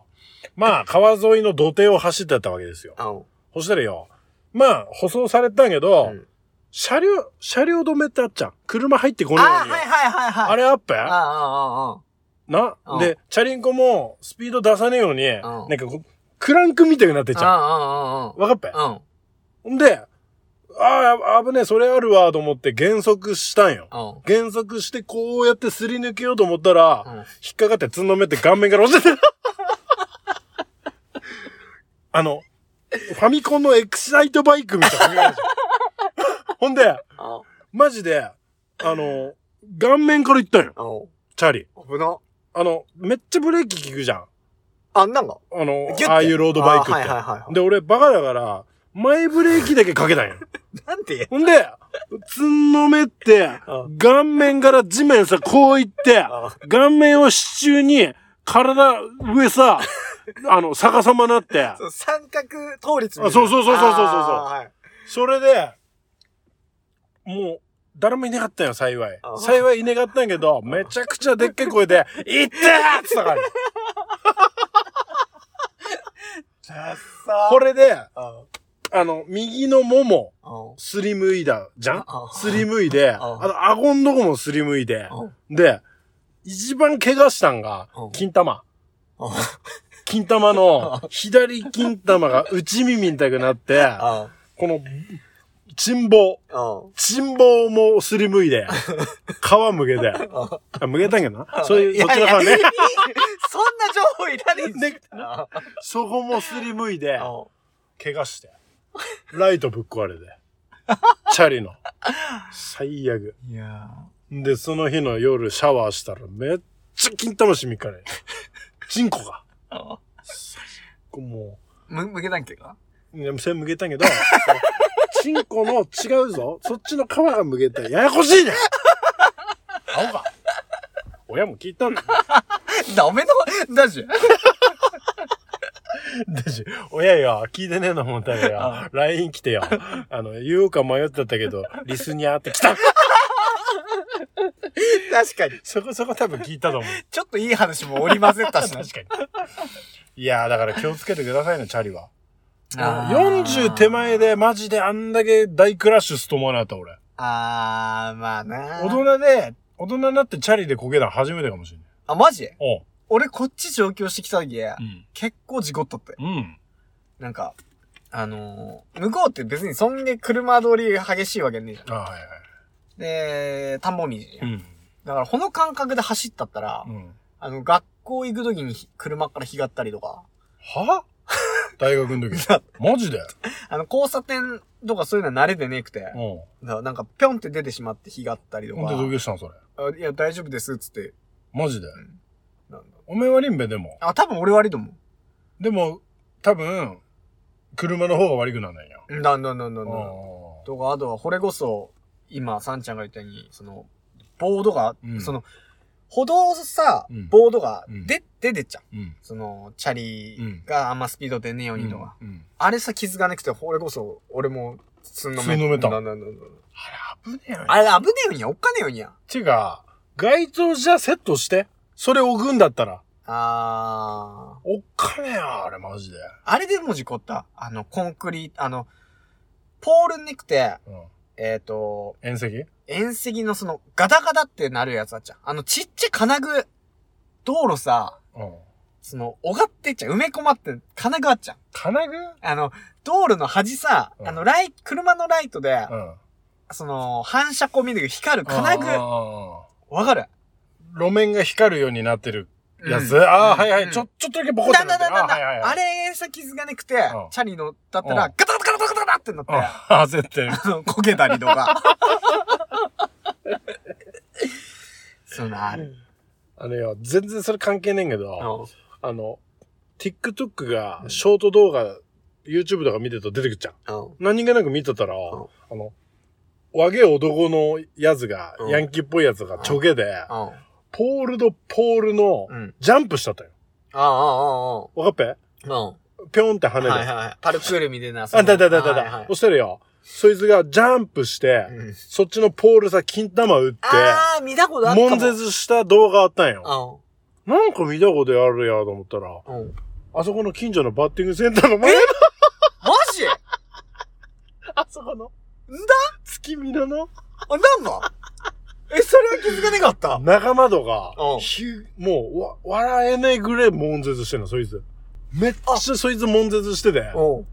Speaker 2: まあ、川沿いの土手を走ってたわけですよ。
Speaker 1: おう。
Speaker 2: そしたらよ。まあ、舗装されてたんけど、
Speaker 1: うん
Speaker 2: 車両、車両止めってあっちゃん。車入ってこ
Speaker 1: あ
Speaker 2: ないよう
Speaker 1: はい
Speaker 2: によ。
Speaker 1: はいはいはい。
Speaker 2: あれアップ
Speaker 1: あああああ
Speaker 2: な、
Speaker 1: うん
Speaker 2: で、チャリンコもスピード出さねえように、なん
Speaker 1: ん
Speaker 2: かこう、クランクみたいになってっち
Speaker 1: あ。あ
Speaker 2: ゃ
Speaker 1: ああ
Speaker 2: う。わかっぺ
Speaker 1: あ。うん。
Speaker 2: んで、ああ、危ねえ、それあるわ、と思って減速したんよ。
Speaker 1: うん。
Speaker 2: 減速してこうやってすり抜けようと思ったら、引っかかってつんのめって顔面から落ちてた。 あの、ファミコンのエクサイトバイクみたいな感じなんですよ。ほんで、
Speaker 1: あ
Speaker 2: マジで、あの、顔面から行ったんよ、
Speaker 1: あ。おう。
Speaker 2: チャリ。
Speaker 1: 危な。
Speaker 2: あの、めっちゃブレーキ効くじゃん。
Speaker 1: あんなんが
Speaker 2: あの
Speaker 1: ギュッ、て
Speaker 2: ああいうロードバイクって。
Speaker 1: あはいはいはいはい
Speaker 2: で、俺バカだから、前ブレーキだけかけたんよ。
Speaker 1: なんて
Speaker 2: ほんで、つんのめって、顔面から地面さ、こういって、
Speaker 1: あ
Speaker 2: 顔面を支柱に、体上 さ、あの、逆さまなって、
Speaker 1: そう三角倒立
Speaker 2: あそうそうそうそうそうそうそう
Speaker 1: はい。
Speaker 2: それで、もう、誰もいなかったよ、幸い
Speaker 1: あ。
Speaker 2: 幸いいなかったんやけど、めちゃくちゃでっけえ声で、いってーって言ったから。
Speaker 1: ダッサー
Speaker 2: こ。れで、
Speaker 1: あ
Speaker 2: あの、右のもも、
Speaker 1: ああ
Speaker 2: すりむいだじゃん
Speaker 1: あ
Speaker 2: すりむいで、あ
Speaker 1: あ
Speaker 2: と、顎んどこもすりむいで、
Speaker 1: あ
Speaker 2: で、一番怪我したんが
Speaker 1: うん、
Speaker 2: 金玉。
Speaker 1: あ
Speaker 2: 金玉の、左金玉が内耳みたくなって、
Speaker 1: あ
Speaker 2: この、チンボウ。
Speaker 1: あ
Speaker 2: チンボウもすりむいで、皮むけて。
Speaker 1: あ
Speaker 2: あむけたんやけどな。そういう、
Speaker 1: や
Speaker 2: そっちの
Speaker 1: いや
Speaker 2: 皮
Speaker 1: い
Speaker 2: ね
Speaker 1: や。そんな情報いらねえんだ
Speaker 2: で、
Speaker 1: あ
Speaker 2: そこもすりむいで、
Speaker 1: あ
Speaker 2: 怪我して。ライトぶっ壊れて。チャリの。最悪。
Speaker 1: いや
Speaker 2: で、その日の夜シャワーしたらめっちゃ金玉しみっかね。チンコが。
Speaker 1: ー
Speaker 2: も
Speaker 1: む、向けたんけか
Speaker 2: う、いや線むけたんやけど、チンコの違うぞ。そっちの皮がむけた。ややこしいねん青が。親も聞いたんだ。
Speaker 1: ダメだ、だし。
Speaker 2: だし、親よ、聞いてねえの思ったらよ、LINE 来てよ。あの、言おうか迷ってたけど、リスニアって来た。
Speaker 1: 確かに。
Speaker 2: そこそこ多分聞いたと思う。
Speaker 1: ちょっといい話も織り交ぜたしな。
Speaker 2: 確かに。いやー、だから気をつけてくださいね、チャリは。
Speaker 1: あー
Speaker 2: 40手前。でマジであんだけ大クラッシュすと思わなかった俺。
Speaker 1: あー、まあな。
Speaker 2: 大人で、大人になってチャリでこけたの初めてかもしれない。
Speaker 1: あ、マジ
Speaker 2: おう
Speaker 1: 俺こっち上京してきた時、
Speaker 2: うん。
Speaker 1: 結構事故っとって。
Speaker 2: うん。
Speaker 1: なんか、あのー向こうって別にそんで車通り激しいわけねえじゃん。
Speaker 2: あはい
Speaker 1: で、田んぼ道じゃ
Speaker 2: は
Speaker 1: ん。
Speaker 2: い。うん。
Speaker 1: だからこの感覚で走ったったら、
Speaker 2: うん。
Speaker 1: あの、学校行く時に車から火がったりとか、
Speaker 2: は 大学の時。マ ジで
Speaker 1: あの、交差点とかそういうのは慣れてねくて、だ
Speaker 2: うん。
Speaker 1: か
Speaker 2: ほ
Speaker 1: らなんかぴょんって出てしまって火がったりと
Speaker 2: んで同
Speaker 1: か、
Speaker 2: 居したのそれ。
Speaker 1: あいや、大丈夫です、つって、
Speaker 2: マジで。
Speaker 1: なんだ
Speaker 2: おめえはリンベでも。
Speaker 1: あ、多分俺悪いと思う。
Speaker 2: でも、多分、車の方が悪くなんないよ。
Speaker 1: うんだんだんだんだん
Speaker 2: う
Speaker 1: だん。
Speaker 2: ん。
Speaker 1: とか、あとは、これこそ、今、サンちゃんが言ったように、その、ボードが、
Speaker 2: うん
Speaker 1: その、歩道さ、
Speaker 2: うん
Speaker 1: ボードが
Speaker 2: うん
Speaker 1: 出、出てっちゃう。
Speaker 2: うん。
Speaker 1: その、チャリがあんまスピード出ねえようにとか。
Speaker 2: うん。
Speaker 1: あれさ、傷がなくて、これこそ、俺も、すんのめ
Speaker 2: すんのめた
Speaker 1: だんだんだんだん
Speaker 2: あれ危ねえよね。
Speaker 1: あれ、危ねえようにゃ、おっかねえようにゃ。
Speaker 2: てか、街灯じゃセットして。それ置くんだったら。
Speaker 1: あー。
Speaker 2: おっかねえよ、あれマジで。
Speaker 1: あれでも事故った。あの、コンクリート、あの、ポールにくて、
Speaker 2: うん。
Speaker 1: えっ、と、
Speaker 2: 縁石
Speaker 1: 縁石のその、ガタガタってなるやつあっちゃう。あの、ちっちゃい金具、道路さ、
Speaker 2: うん。
Speaker 1: その、おがってっちゃう。埋め込まって、金具あっちゃう。
Speaker 2: 金具
Speaker 1: あの、道路の端さ、
Speaker 2: うん
Speaker 1: あの、ライ、車のライトで、
Speaker 2: うん。
Speaker 1: その、反射光見る光る金具
Speaker 2: あー。あ
Speaker 1: わかる
Speaker 2: ー路面が光るようになってるやつ。
Speaker 1: うん
Speaker 2: ああ、はいは
Speaker 1: うん
Speaker 2: い。ちょ、ちょっとだけボコって
Speaker 1: だん
Speaker 2: な
Speaker 1: だ
Speaker 2: っ
Speaker 1: ん
Speaker 2: て
Speaker 1: だん
Speaker 2: る
Speaker 1: だん
Speaker 2: あーはいはい
Speaker 1: だん、
Speaker 2: はい
Speaker 1: あれさ傷がなくて
Speaker 2: うん、
Speaker 1: チャリ乗ったった
Speaker 2: う
Speaker 1: ら
Speaker 2: ん、
Speaker 1: ガタガタガタガタガタってなって、あ
Speaker 2: ああ、焦ってる。
Speaker 1: の、こけたりと か。そうなる。
Speaker 2: あのよ、全然それ関係ねえんけ
Speaker 1: う
Speaker 2: ど、
Speaker 1: ん
Speaker 2: あの、TikTok が
Speaker 1: うん
Speaker 2: ショート動画、YouTube とか見てると出てくっちゃう。
Speaker 1: うん
Speaker 2: 何気なく見てたら、
Speaker 1: ん
Speaker 2: あの、和げ男のやつが、
Speaker 1: うん
Speaker 2: ヤンキーっぽいやつがちょげで、
Speaker 1: うん。
Speaker 2: ポールとポールの
Speaker 1: うん。
Speaker 2: ジャンプしたとよ。
Speaker 1: ああ、あ
Speaker 2: わかっ
Speaker 1: あ、ああ。うん。
Speaker 2: ぺぴょんって跳ねて。
Speaker 1: はいはいはい。パルクールみたいな。その
Speaker 2: あ、だだだだ
Speaker 1: はいは
Speaker 2: だ
Speaker 1: い。
Speaker 2: そしたらよ、そいつがジャンプして、
Speaker 1: うん
Speaker 2: そっちのポールさ、金玉打って、
Speaker 1: ああ、見たことあったもん。
Speaker 2: 悶絶した動画あったんよ。
Speaker 1: う
Speaker 2: なんか見たことあるやと思ったら、
Speaker 1: ん。うん。
Speaker 2: あそこの近所のバッティングセンターの前の
Speaker 1: マジ
Speaker 2: あそこの。
Speaker 1: んだ
Speaker 2: 月見野の
Speaker 1: あ、なんだえ、それは気づかなかった。
Speaker 2: 仲間とか
Speaker 1: うん、
Speaker 2: ひもうわ、笑えないぐらい悶絶してんの、そいつ。めっちゃそいつ悶絶してて、
Speaker 1: おう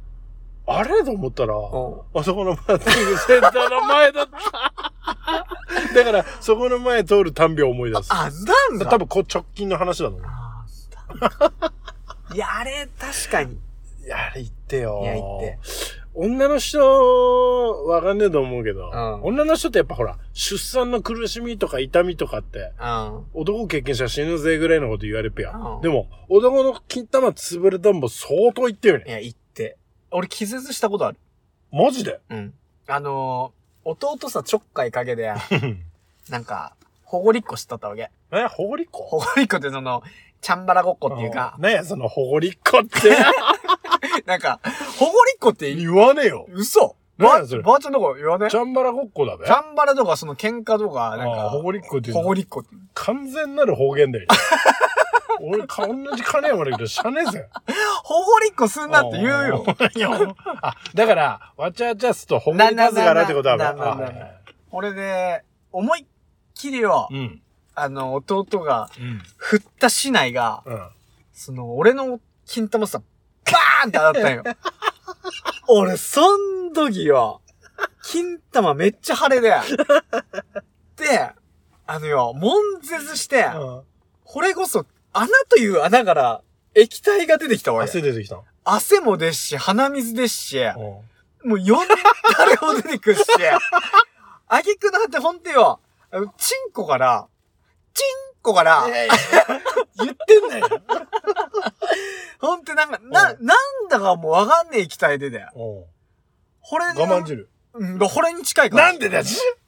Speaker 2: あれと思ったら、
Speaker 1: お
Speaker 2: あそこのバッティングセンターの前 だった。だから、そこの前通るたんび思い出す。
Speaker 1: あ、なんだ
Speaker 2: 多分こう直近の話だと思
Speaker 1: あーいや、あれ、確かに。
Speaker 2: う。いや、あれ言ってよ
Speaker 1: いや、言って。
Speaker 2: 女の人、わかんねえと思うけど、
Speaker 1: ん
Speaker 2: 女の人ってやっぱほら、出産の苦しみとか痛みとかって、
Speaker 1: うん。
Speaker 2: 男経験者死ぬぜぐらいのこと言われっぺや。
Speaker 1: うん
Speaker 2: でも、男の金玉潰れたんぼ相当言ってよ
Speaker 1: い
Speaker 2: ね。
Speaker 1: や、言って。俺、気絶したことある。
Speaker 2: マジで
Speaker 1: うん。あのー、弟さ、ちょっかいかけで、
Speaker 2: え、
Speaker 1: なんか、ほごりっこしとったわけ。
Speaker 2: ほごりっ
Speaker 1: ほ
Speaker 2: こ
Speaker 1: ごりっこってその、チャンバラごっこっていうか、
Speaker 2: ねえ、そのほごりっこ って。
Speaker 1: なんか、ほごりっこって言う、
Speaker 2: 言わねえよ。
Speaker 1: 嘘
Speaker 2: 何
Speaker 1: ば
Speaker 2: やそれ
Speaker 1: ばあちゃんとか言わね
Speaker 2: チャンバラごっこだべ。
Speaker 1: チャンバラとか、その喧嘩とか、なん
Speaker 2: あ
Speaker 1: か、
Speaker 2: あほごりっこって言
Speaker 1: ほ
Speaker 2: う
Speaker 1: ご
Speaker 2: の
Speaker 1: りっこって。
Speaker 2: 完全なる方言だよ。俺、か同じ金山だけど、しゃねえぜ。
Speaker 1: ほごりっこすんなって言うよ。
Speaker 2: よ。あ、だから、わちゃわちゃすとほごり出すからってことだべ。
Speaker 1: なななななな
Speaker 2: あ
Speaker 1: 俺ね、思いっきりよ、
Speaker 2: うん。
Speaker 1: あの、弟が、
Speaker 2: うん。
Speaker 1: 振った市内が、
Speaker 2: うん。
Speaker 1: その、俺の金玉さ、バーンって当たったんよ。 俺、そん時よ、金玉めっちゃ腫れで、で、あのよ、悶絶して、これこそ、穴という穴から、液体が出てきたわ
Speaker 2: 汗
Speaker 1: け。
Speaker 2: 出てきたの。
Speaker 1: 汗もですし、鼻水ですし、
Speaker 2: うん
Speaker 1: もう4年誰も出てくる し、あげくの果てほんとよ、あのチンコから、チンコから、
Speaker 2: 言ってんだよ。
Speaker 1: ほんとなんか、な、
Speaker 2: う
Speaker 1: なんだかもうわかんねえ液体でだよ。
Speaker 2: 我
Speaker 1: これで、
Speaker 2: 慢汁。
Speaker 1: うん、これに近いから。
Speaker 2: でだよ。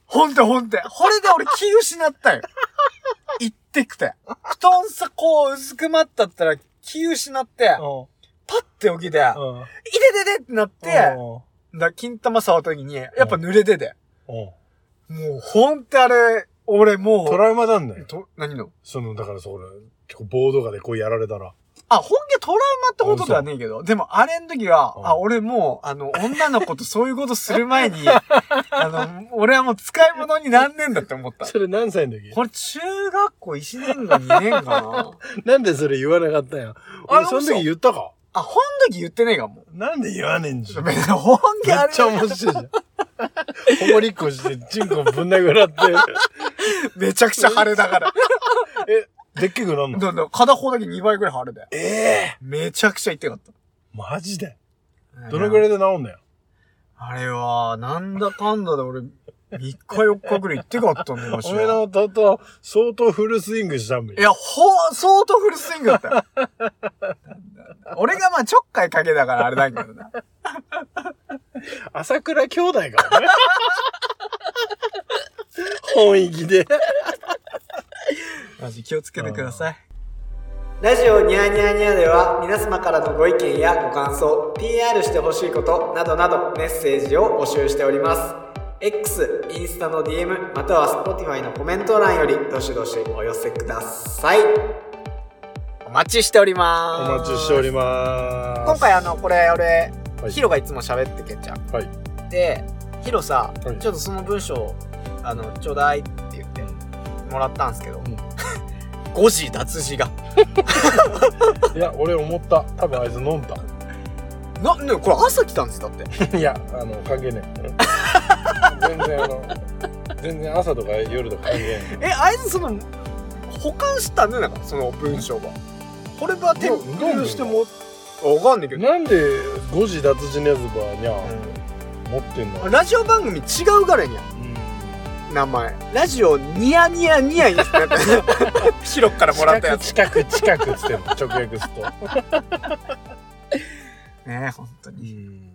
Speaker 1: ほんとほんと。これで俺気失ったよ。言ってくて。布団さ、こう、うずくまったったら、気失って、パッて起きて、いでででってなって、だ金玉触った時に、やっぱ濡れてて。もうほんとあれ、俺もう、
Speaker 2: トラウマなんだよ。
Speaker 1: と何の
Speaker 2: その、だからそれ、ボードがでこうやられたら。
Speaker 1: あ、本気トラウマってことではねえけど、でもあれの時は、
Speaker 2: うん
Speaker 1: あ、俺もう、あの、女の子とそういうことする前に、 あの、俺はもう使い物になんねえんだって思った。
Speaker 2: それ何歳の時
Speaker 1: これ中学校1年か2年かな。
Speaker 2: なんでそれ言わなかったんや。
Speaker 1: あ
Speaker 2: 俺、その
Speaker 1: 嘘
Speaker 2: 時言ったか
Speaker 1: あ、本の時言ってねえかも。
Speaker 2: なんで言わねえんじ
Speaker 1: 別に本気
Speaker 2: めっ
Speaker 1: あれ
Speaker 2: ち、ゃ面白いじゃん。ほこりっこして、チンコぶん殴らっ
Speaker 1: めちゃくちゃ晴れだから。
Speaker 2: て。え、でっけくなんの
Speaker 1: だから片方だけ2倍ぐらい晴れだよ。
Speaker 2: ええ
Speaker 1: めちゃくちゃ痛かった。
Speaker 2: マジでどのぐら
Speaker 1: い
Speaker 2: いで治んだよ。
Speaker 1: あれは、なんだかんだで俺、3日4日ぐらい行ってかったんだよ、マジ
Speaker 2: お
Speaker 1: で
Speaker 2: めの弟、相当フルスイングしたんべ
Speaker 1: い。や、ほう、相当フルスイングだった よ。俺がまあちょっかいかけだからあれだけどな。
Speaker 2: 朝倉兄弟か、お前 本意気で。
Speaker 1: マジ気をつけてください。ラジオニャーニャーニャーでは皆様からのご意見やご感想、PR してほしいことなどなどメッセージを募集しております。X、インスタの DM または Spotify のコメント欄よりどしどしお寄せください。お待ちしており
Speaker 2: お
Speaker 1: ま
Speaker 2: 待ちしております。
Speaker 1: 今回あのこれ俺、
Speaker 2: はい
Speaker 1: ヒロがいつも喋ってけんじゃん。
Speaker 2: はい
Speaker 1: でヒロさ、
Speaker 2: はい
Speaker 1: ちょっとその文章をあのちょうだいって言ってもらったんですけど、
Speaker 2: ん
Speaker 1: 誤字脱字が。
Speaker 2: いや、俺思った。多分あいつ飲んだ。
Speaker 1: なねこれ朝来たんですだって。
Speaker 2: いや、あの、関係ねえ。全然あの、全然朝とか夜とか関係ね
Speaker 1: えあいつその保管したねなんかその文章が。これは手
Speaker 2: ど
Speaker 1: を
Speaker 2: うどう思う
Speaker 1: してもわかんないけ
Speaker 2: え。
Speaker 1: ど。
Speaker 2: なんで5時脱字ネズバーにゃ、
Speaker 1: う
Speaker 2: 持ってんの
Speaker 1: んラジオ番組違うからにゃ名前ラジオニヤニヤニヤにしてやった ヒロからもらったやつ
Speaker 2: 近く近く近くっつってんの直訳すると
Speaker 1: ね本当に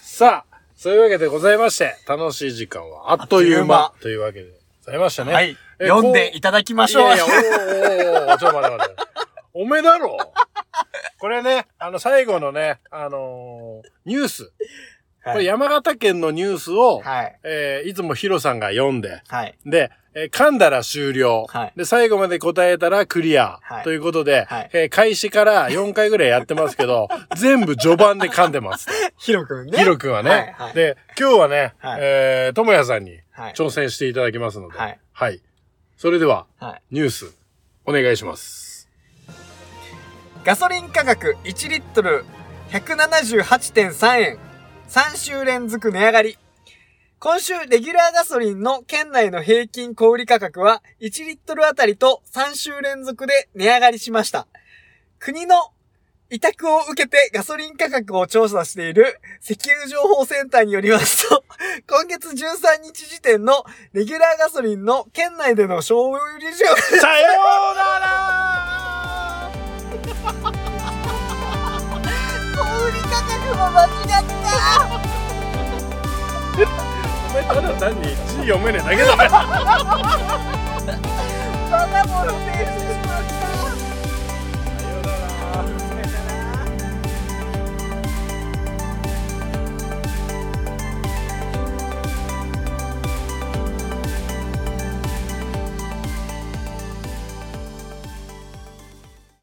Speaker 2: さあそういうわけでございまして楽しい時間はあっという間というわけでございましたね
Speaker 1: はいい。
Speaker 2: え
Speaker 1: 読んでいただきましょう。
Speaker 2: やいやおーおーおーちょっと待って待っておめえだろこれねあの最後のねあのーニュースこ
Speaker 1: は
Speaker 2: れ
Speaker 1: い
Speaker 2: 山形県のニュースを、
Speaker 1: はい。
Speaker 2: えーいつもヒロさんが読んで
Speaker 1: はい。
Speaker 2: で、えー噛んだら終了。
Speaker 1: はい
Speaker 2: で、最後まで答えたらクリア。
Speaker 1: はい
Speaker 2: ということで、
Speaker 1: はい
Speaker 2: えー開始から4回ぐらいやってます けど、全部序盤で噛んでます。
Speaker 1: ヒロ君ね。
Speaker 2: ヒロ君はね、
Speaker 1: はいはい
Speaker 2: で、今日はね、
Speaker 1: はい
Speaker 2: えー、ともやさんに
Speaker 1: はい。
Speaker 2: 挑戦していただきますので、
Speaker 1: はい。
Speaker 2: それでは、
Speaker 1: はい。
Speaker 2: ニュース、お願いします。
Speaker 1: ガソリン価格1リットル178.3円。3週連続値上がり。今週、レギュラーガソリンの県内の平均小売価格は1リットルあたりと3週連続で値上がりしました。国の委託を受けてガソリン価格を調査している石油情報センターによりますと、今月13日時点のレギュラーガソリンの県内での消費量が
Speaker 2: さようなら
Speaker 1: 小売価格も間違った
Speaker 2: お前ただ単に字読めねえだけだよ。
Speaker 1: Tá, バカボンで